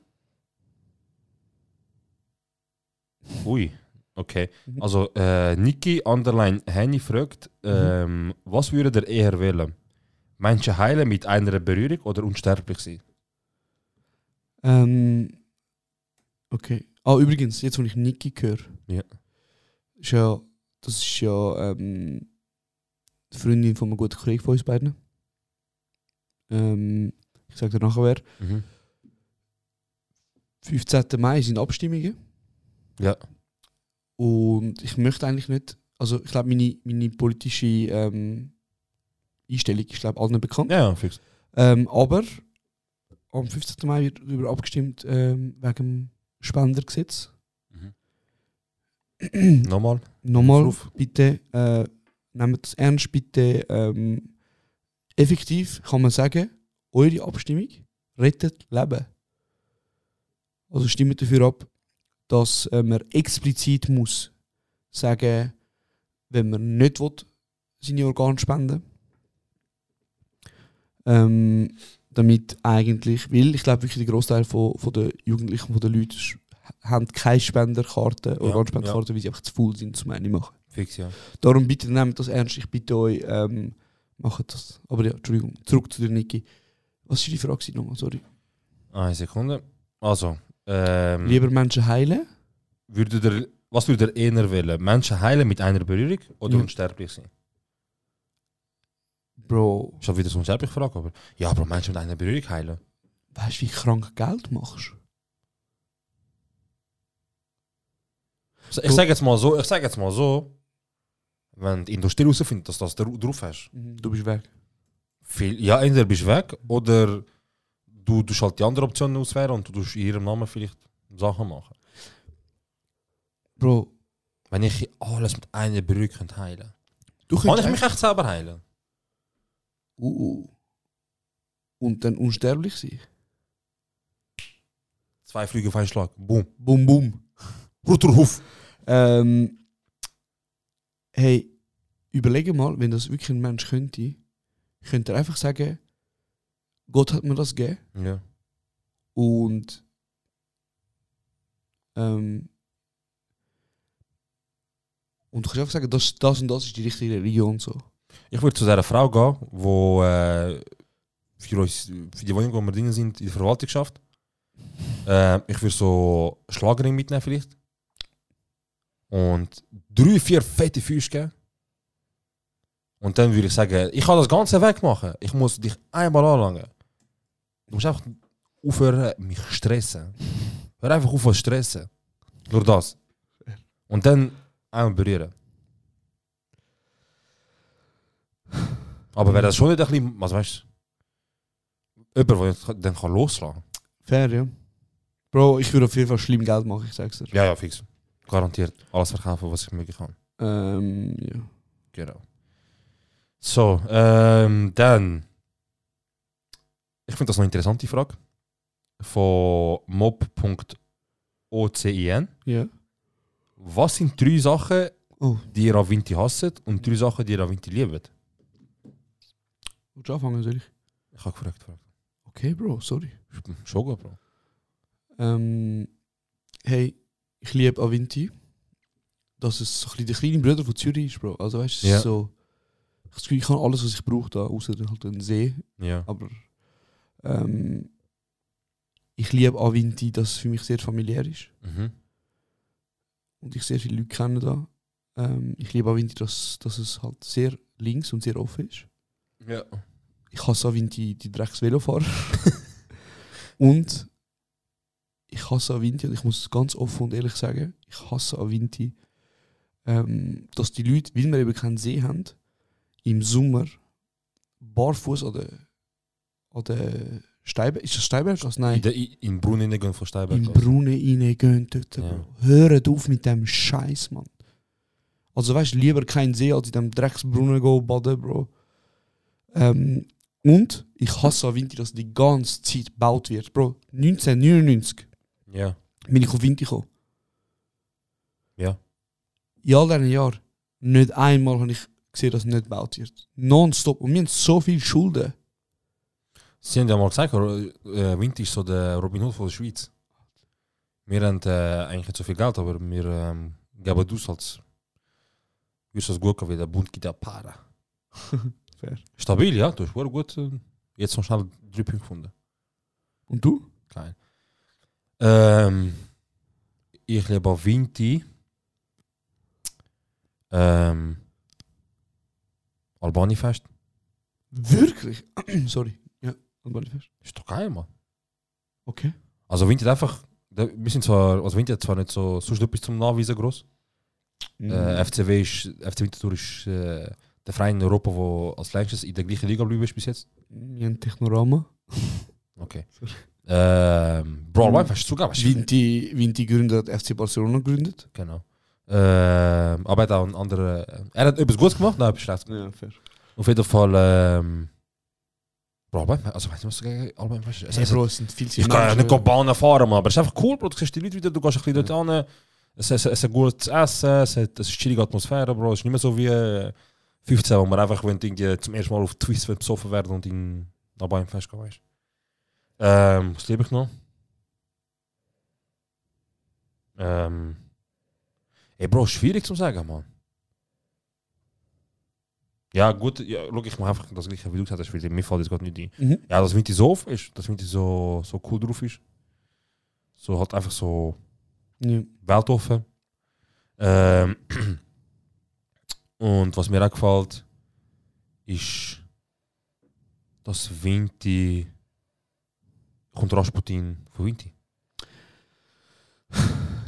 B: Ui, okay.
A: Mhm.
B: Also, äh, Niki Underline Henny fragt, ähm, was würde ihr eher wählen? Menschen heilen mit einer Berührung oder unsterblich sein?
A: Ähm, okay. Ah, übrigens, jetzt, wo ich Niki höre.
B: Ja.
A: Ist ja, das ist ja ähm, die Freundin von einem guten Kollegen von uns beiden. Ähm, ich sage dir nachher wer. 15. Mai sind Abstimmungen.
B: Ja.
A: Und ich möchte eigentlich nicht, also ich glaube, meine, meine politische ähm, Einstellung ist, glaube allen bekannt.
B: Ja, ja, fix.
A: Ähm, aber am 15. Mai wird darüber abgestimmt ähm, wegen dem Spendergesetz.
B: Nochmal.
A: Nochmal,
B: Aufruf.
A: bitte äh, nehmt es ernst, bitte ähm, effektiv kann man sagen, eure Abstimmung rettet Leben. Also stimmt dafür ab, dass äh, man explizit muss sagen, wenn man nicht will, seine Organe spenden ähm, damit eigentlich, weil ich glaube wirklich der Großteil von, von der Jugendlichen, von den Leuten sch- haben keine Spenderkarte, Organspenderkarte, weil sie einfach zu faul sind, zum eine machen.
B: Fix, ja.
A: Darum bitte nehmt das ernst, ich bitte euch, ähm, macht das. Aber ja, Entschuldigung, zurück zu der Niki. Was war die Frage gewesen nochmal, sorry.
B: Eine Sekunde. Also, ähm,
A: Lieber Menschen heilen?
B: würde der, was würde ihr eher wählen? Menschen heilen mit einer Berührung oder
A: Ja.
B: unsterblich sein?
A: Bro,
B: Schon wieder so unsterblich Frage, aber ja, aber Menschen mit einer Berührung heilen.
A: weißt du, wie krank Geld machst?
B: So, Ich sage jetzt mal so, ich sage jetzt mal so, wenn die Industrie herausfindet, dass das dr- drauf hast,
A: Du bist weg.
B: viel, ja, entweder bist du weg oder du tust halt die andere Option auswählen und du tust in ihrem Namen vielleicht Sachen machen.
A: Bro,
B: Wenn ich alles mit einer Berührung könnte heilen
A: du
B: kann ich
A: echt-
B: mich echt selber heilen.
A: Uh, uh. Und dann unsterblich sein.
B: Zwei Flüge auf einen Schlag. Boom.
A: Boom, boom.
B: Rutterhof.
A: Ähm, hey, überlege mal, wenn das wirklich ein Mensch könnte, könnte er einfach sagen, Gott hat mir das gegeben
B: Ja.
A: und ähm, und du kannst einfach sagen, das, das und das ist die richtige Religion so.
B: Ich würde zu dieser Frau gehen, wo äh, für, uns, für die Wohnung, wo wir drin sind, in der Verwaltung schafft. Äh, ich würde so Schlagerin mitnehmen vielleicht. Und drei, vier fette Füße geben. Und dann würde ich sagen, ich kann das Ganze wegmachen. Ich muss dich einmal anlangen. Du musst einfach aufhören, mich zu stressen. Hör einfach auf zu stressen. Nur das. Und dann einmal berühren. Aber wäre das schon nicht ein bisschen, was weißt du, jemand, der dann kann loslassen
A: Fair, ja. Bro, ich würde auf jeden Fall schlimm Geld machen, ich sag's dir.
B: Ja, ja, fix. Garantiert. Alles verkaufen, was ich möglich kann.
A: Ähm, ja.
B: Genau. So, ähm, dann. Ich finde das noch eine interessante Frage. Von mob.ocin.
A: ja.
B: Was sind drei Sachen,
A: Oh.
B: die ihr an Vinti hasset und drei Sachen, die ihr an Vinti liebt?
A: Willst du anfangen, soll ich?
B: Ich habe gefragt. gefragt.
A: Okay, Bro, sorry.
B: Schon gut, Bro.
A: Ähm, hey, ich liebe Avinti. Dass es so ein bisschen der kleine Bruder von Zürich ist, Bro. Also weißt du, es
B: Ja.
A: ist so. Ich hab das Gefühl, ich habe alles, was ich brauche da, außer halt einen See.
B: Ja.
A: Aber ähm, ich liebe Avinti, dass es für mich sehr familiär ist
B: Mhm.
A: und ich sehr viele Leute kenne da. Ähm, ich liebe Avinti, dass, dass es halt sehr links und sehr offen ist.
B: Ja.
A: ich hasse auch Wind die, die Drecks-Velofahrer. und ich hasse auch Vinti, und ich muss es ganz offen und ehrlich sagen, ich hasse auch Vinti, ähm, dass die Leute, weil wir eben keinen See haben, im Sommer barfuß an der, an der Steibe, ist das Steiberggasse? Nein.
B: In, der, in Brunnen gehen von Steinberg.
A: Im Brunnen reingehen dort,
B: Ja.
A: Bro. Hört auf mit dem Scheiß, Mann. Also weißt du, lieber kein See als in dem Drecksbrunnen gehen baden, Bro. Ähm, und ich hasse an Winter, dass die ganze Zeit gebaut wird, Bro. 1999
B: Ja.
A: bin ich auf Winter gekommen.
B: Ja.
A: In all diesen Jahren, nicht einmal habe ich gesehen, dass nicht gebaut wird. Nonstop. Und wir haben so viele Schulden.
B: Sie haben ja mal gesagt, Ro- äh, Wind ist so der Robin Hood von der Schweiz. Wir haben äh, eigentlich nicht so viel Geld, aber wir ähm, geben das als. Wie ist das gut gewesen? Der Bund gibt ja Para.
A: Fair.
B: Stabil, ja, das ist sehr gut. äh, Jetzt noch schnell drei Punkte gefunden.
A: Und du?
B: Klein. Ähm, ich lebe auf Vinti. Ähm, Albanifest.
A: Wirklich? Sorry. Ja, und war ich fest.
B: Ist doch geil, Mann.
A: Okay.
B: Also Vinti hat einfach. da- Wir sind zwar, also Vinti hat zwar nicht so sonst etwas zum Nachweisen groß.
A: Mhm.
B: Äh, FCW ist, FC Winterthur ist äh, der Verein in Europa, wo als längstes in der gleichen Liga geblieben ist bis jetzt.
A: Wir haben Technorama.
B: Okay. Ähm, Brawl
A: Mhm.
B: Wife hast du sogar, weißt du?
A: Vinti, Vinti gründet, FC Barcelona gründet.
B: Genau. Ähm, aber er hat auch einen anderen. Er hat etwas Gutes gemacht, nein, etwas Schlechtes
A: Ja, fair.
B: Auf jeden Fall. Ähm, Bro, Alba, also weißt du, was du gegen Alba weißt? du, es-
A: Hey,
B: es-
A: Bro, es sind viel zu
B: Ich
A: viele
B: kann ja nicht
A: Menschen.
B: Bahn fahren, Mann, aber es ist einfach cool, Bro. Du siehst die Leute wieder, du gehst ein bisschen dort hin. Es es- es ist ein gutes Essen, es hat- es ist eine chillige Atmosphäre, Bro. Es ist nicht mehr so wie äh, 15, wo man einfach wenn du irgendwie zum ersten Mal auf Twist wird besoffen werden und in Alba im Fest gehen, weißt du. Ähm, was liebe ich noch? Ähm. Ey, Bro, schwierig zu sagen, Mann. Ja, gut, ja, schau, ich mache einfach das gleiche, wie du gesagt hast, weil mir fällt jetzt gerade nicht ein.
A: Mhm.
B: Ja, dass Vinti so off ist, dass Vinti so, so cool drauf ist. So halt einfach so
A: Ja.
B: weltoffen. Ähm, und was mir auch gefällt, ist, dass Vinti kommt Rasputin von Vinti.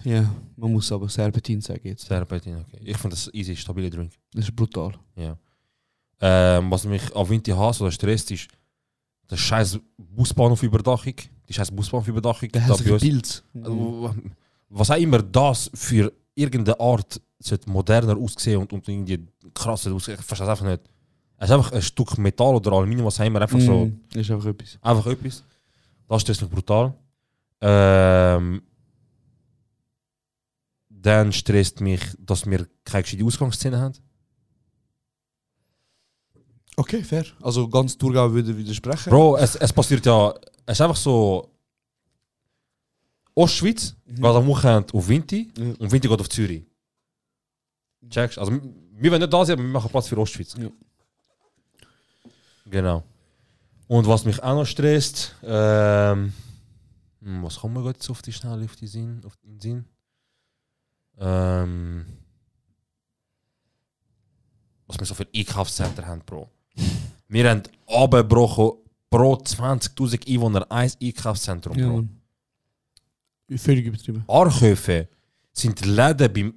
A: ja, man muss aber Serpentin sagen jetzt.
B: Serpentin, okay. Ich finde das easy, stabile Drink.
A: Das ist brutal.
B: Ja. Ähm, was mich auf Winter hasst oder stresst, ist der scheiß Busbahnhofüberdachung. Die scheiß Busbahnhofüberdachung.
A: Der
B: da bei
A: hässliche
B: uns-
A: Pilz.
B: Also, Was auch immer das für irgendeine Art sollte moderner aussehen und, und irgendwie krasser aussehen, ich verstehe es einfach nicht. Es ist einfach ein Stück Metall oder Aluminium, was auch immer, einfach so,
A: Mhm. Ist einfach etwas.
B: einfach etwas. Das ist mich brutal. Ähm, dann stresst mich, dass wir keine gescheite Ausgangsszene haben.
A: Okay, fair. Also ganz Thurgau würde widersprechen.
B: Bro, es, es passiert ja, es ist einfach so, Ostschweiz geht am Wochenende auf Winti
A: Mhm. Ja.
B: und Winti geht auf Zürich. Checkst? Also, m- wir wollen nicht da sein, aber wir machen Platz für Ostschweiz.
A: Ja.
B: Genau. Und was mich auch noch stresst, ähm, hm, was kommt mir gerade so auf die Schnelle, auf, die Sinn, auf den Sinn? Ähm, was wir so für Einkaufszentren haben, Bro. Wir haben abgebrochen pro 20.000 Einwohner ein Einkaufszentrum,
A: ja,
B: Bro.
A: Mann. Völlig übertrieben.
B: Ankäufe sind die Läden beim,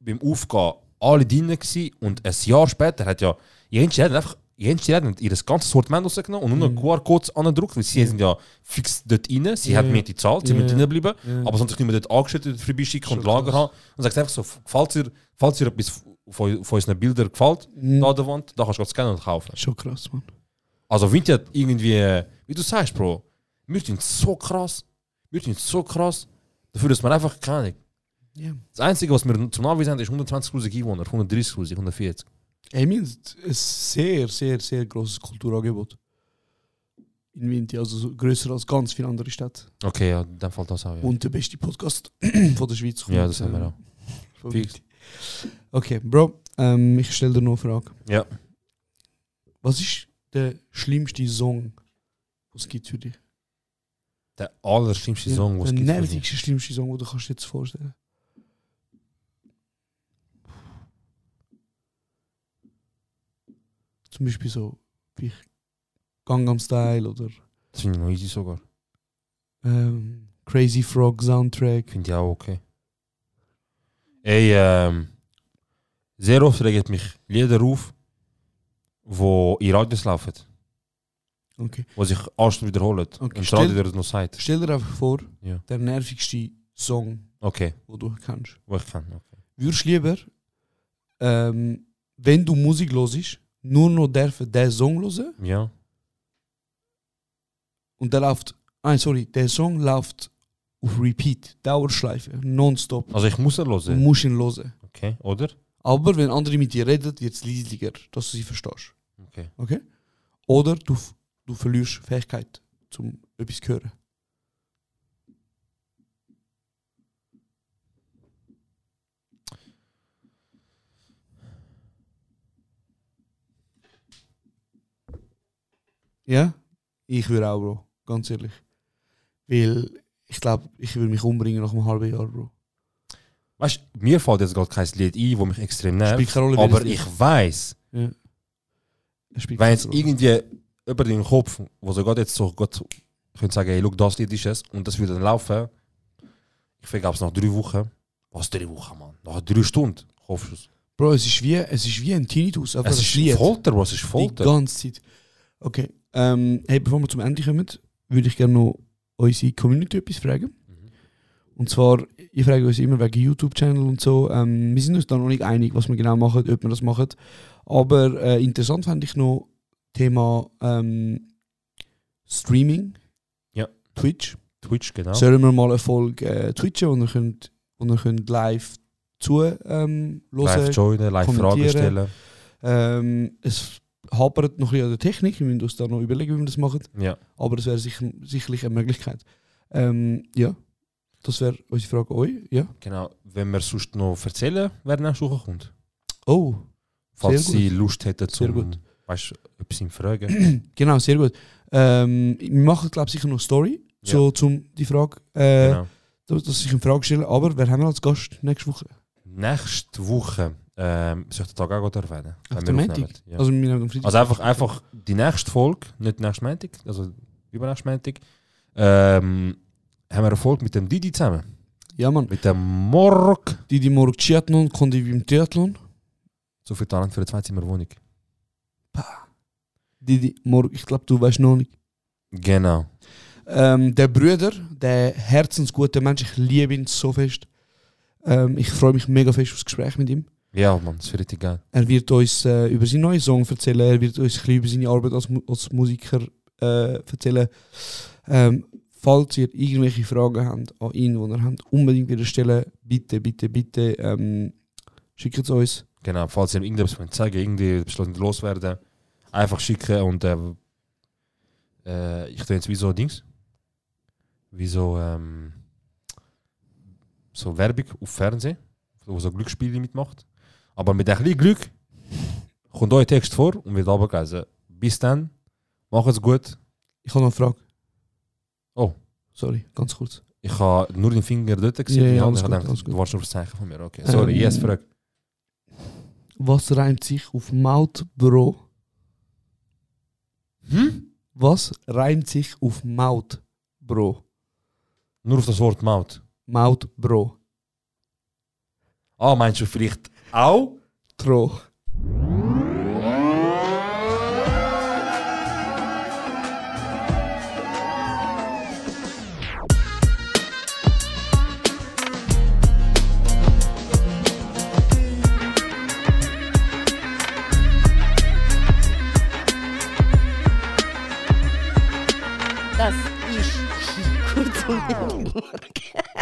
B: beim Aufgehen alle drin gewesen und ein Jahr später hat ja jenes Läden einfach jenes Läden hat ihr ganzes Sortiment rausgenommen und nur noch QR-Codes angedruckt, weil sie sind ja fix dort rein, sie
A: Ja.
B: haben mir die Zahl, sie
A: Ja.
B: müssen drinnen bleiben,
A: Ja.
B: aber sonst nicht mehr dort angeschüttet, vorbeischicken und
A: Schon
B: Lager
A: krass.
B: haben und sagt einfach so, falls ihr, falls ihr etwas von, von unseren Bildern gefällt,
A: Mhm.
B: da an der Wand, da kannst du es scannen und kaufen.
A: Schon krass, Mann.
B: Also Vinti hat irgendwie, wie du sagst, Bro, wir sind so krass, wir sind so krass, dafür, dass man einfach keine Ahnung,
A: Ja.
B: das Einzige, was wir zum Nachweisen haben, ist 120.000 Einwohner, 130.000, 140.
A: Hey, wir haben ein sehr, sehr, sehr grosses Kulturangebot. In Vinti, also so grösser als ganz viele andere Städte.
B: Okay, ja, in dem Fall das auch, ja.
A: Und der beste Podcast von der Schweiz.
B: ja, das haben wir auch.
A: Voll
B: Fix.
A: wichtig. Okay, Bro, ähm, ich stelle dir noch eine Frage.
B: Ja.
A: Was ist der schlimmste Song, was es gibt für dich?
B: Der allerschlimmste Song, was
A: der
B: es gibt. für mich.
A: nervigste, schlimmste Song, den du kannst dir jetzt vorstellen. Zum Beispiel so, wie ich Gangnam Style oder
B: Das finde ich noch easy sogar.
A: ähm, Crazy Frog Soundtrack.
B: Finde ich auch okay. Ey, ähm, sehr oft regt mich Lieder auf, wo in Radios laufen.
A: Okay.
B: Wo sich erst wiederholen.
A: Okay,
B: Und das
A: still-
B: Radio dir das noch sagt.
A: Stell dir einfach vor,
B: Ja.
A: der nervigste Song,
B: Okay,
A: den du kennst.
B: wo ich kann. Okay.
A: Würdest du lieber, ähm, wenn du Musik hörst, nur noch dürfen diesen Song hören
B: Ja.
A: und der läuft, nein, sorry, der Song läuft auf Repeat, Dauerschleife, nonstop.
B: Also ich muss er
A: Du
B: hören.
A: musst ihn hören.
B: Okay, oder?
A: Aber wenn andere mit dir reden, wird es leisiger, dass du sie verstehst.
B: Okay.
A: okay? Oder du, f- du verlierst Fähigkeit, zum etwas zu hören. Ja, ich würde auch, Bro. Ganz ehrlich. Weil ich glaube, ich würde mich umbringen nach einem halben Jahr, Bro.
B: Weißt du, mir fällt jetzt gerade kein Lied ein, wo mich extrem
A: Spielt
B: nervt.
A: keine Rolle,
B: Aber
A: welches Lied.
B: ich weiß,
A: Es spielt
B: wenn
A: keine
B: jetzt
A: Rolle.
B: irgendwie über den Kopf, wo sogar jetzt so Gott könnte sagen, hey, look, das Lied ist es, und das würde dann laufen. Ich vergab es nach drei Wochen. Was drei Wochen, Mann? Nach drei Stunden kaufst du es.
A: Bro, es ist wie, es ist wie ein Tinnitus. einfach
B: Es
A: ein
B: ist
A: Lied.
B: Folter, Bro, es ist
A: Die
B: Folter.
A: ganze Zeit. Okay. Ähm, hey, bevor wir zum Ende kommen, würde ich gerne noch unsere Community etwas fragen.
B: Mhm.
A: Und zwar, ich frage uns immer wegen YouTube-Channel und so. Ähm, wir sind uns da noch nicht einig, was wir genau machen, ob wir das machen. Aber äh, interessant fand ich noch Thema ähm, Streaming.
B: Ja.
A: Twitch.
B: Twitch, genau.
A: Sollen wir mal eine Folge äh, twitchen, wo ihr, könnt, wo ihr könnt live zu ähm, hören
B: Live joinen, live Fragen
A: kommentieren.
B: stellen.
A: ähm, es hapert noch ein bisschen an der Technik. Wir müssen uns da noch überlegen, wie wir das machen.
B: Ja.
A: Aber es wäre sicher, sicherlich eine Möglichkeit. Ähm, ja, das wäre unsere Frage an euch. Ja.
B: Genau. Wenn wir sonst noch erzählen, wer nächste Woche kommt.
A: Oh,
B: Falls
A: Sehr gut.
B: sie Lust hätten,
A: Sehr
B: zum,
A: gut.
B: weißt du, etwas im Fragen.
A: genau, sehr gut. Ähm, wir machen, glaube ich, sicher noch eine Story, so, zum die Frage, äh,
B: Genau.
A: dass, dass ich eine Frage stelle. Aber wer haben wir als Gast nächste Woche?
B: Nächste Woche ähm, soll ich den Tag auch gerade erwähnen.
A: Auf
B: wenn
A: der
B: wir
A: Montag?
B: aufnehmen. Ja. Also,
A: Also, wir nehmen am Freitag.
B: einfach, einfach die nächste Folge, nicht nächste Montag, also übernächste Montag, ähm, haben wir eine Folge mit dem Didi zusammen.
A: ja, Mann.
B: Mit dem Morg.
A: Die, die morgen Triathlon, konnte ich beim Triathlon.
B: So viel Talent für eine Zweizimmerwohnung.
A: Die, die morgen, ich glaube, du weißt noch nicht.
B: Genau.
A: Ähm, der Bruder, der herzensgute Mensch, ich liebe ihn so fest. Ähm, ich freue mich mega fest aufs Gespräch mit ihm.
B: Ja, Mann, das wird richtig geil.
A: Er wird uns äh, über seinen neuen Song erzählen, er wird uns ein bisschen über seine Arbeit als, Mu- als Musiker äh, erzählen. Ähm, falls ihr irgendwelche Fragen habt an ihn, die ihr habt, unbedingt wieder stellen. Bitte, bitte, bitte ähm, schickt es uns.
B: Genau, falls ihr irgendetwas wollt sagen irgendetwas wollt loswerden einfach schicken und äh, äh, ich tue jetzt wie so Dings, wie so, ähm, so Werbung auf Fernsehen, wo so Glücksspiele mitmacht. Aber mit ein bisschen Glück kommt euer Text vor und wird abgelesen. Bis dann, macht's gut.
A: Ich habe noch eine Frage.
B: Oh.
A: Sorry, ganz kurz.
B: Ich habe nur den Finger dort gesehen,
A: Ja, ja,
B: die
A: alles
B: anderen
A: gut,
B: haben
A: alles
B: gedacht,
A: gut.
B: du warst nur das Zeichen von mir. Okay, sorry,
A: Ähm.
B: yes, frag.
A: Was reimt sich auf Maut, Bro?
B: Hm?
A: Was reimt sich auf Maut, Bro?
B: Nur auf das Wort Maut.
A: Maut, Bro.
B: Ah, meinst du vielleicht auch?
A: Tro.
G: Das ist kurz und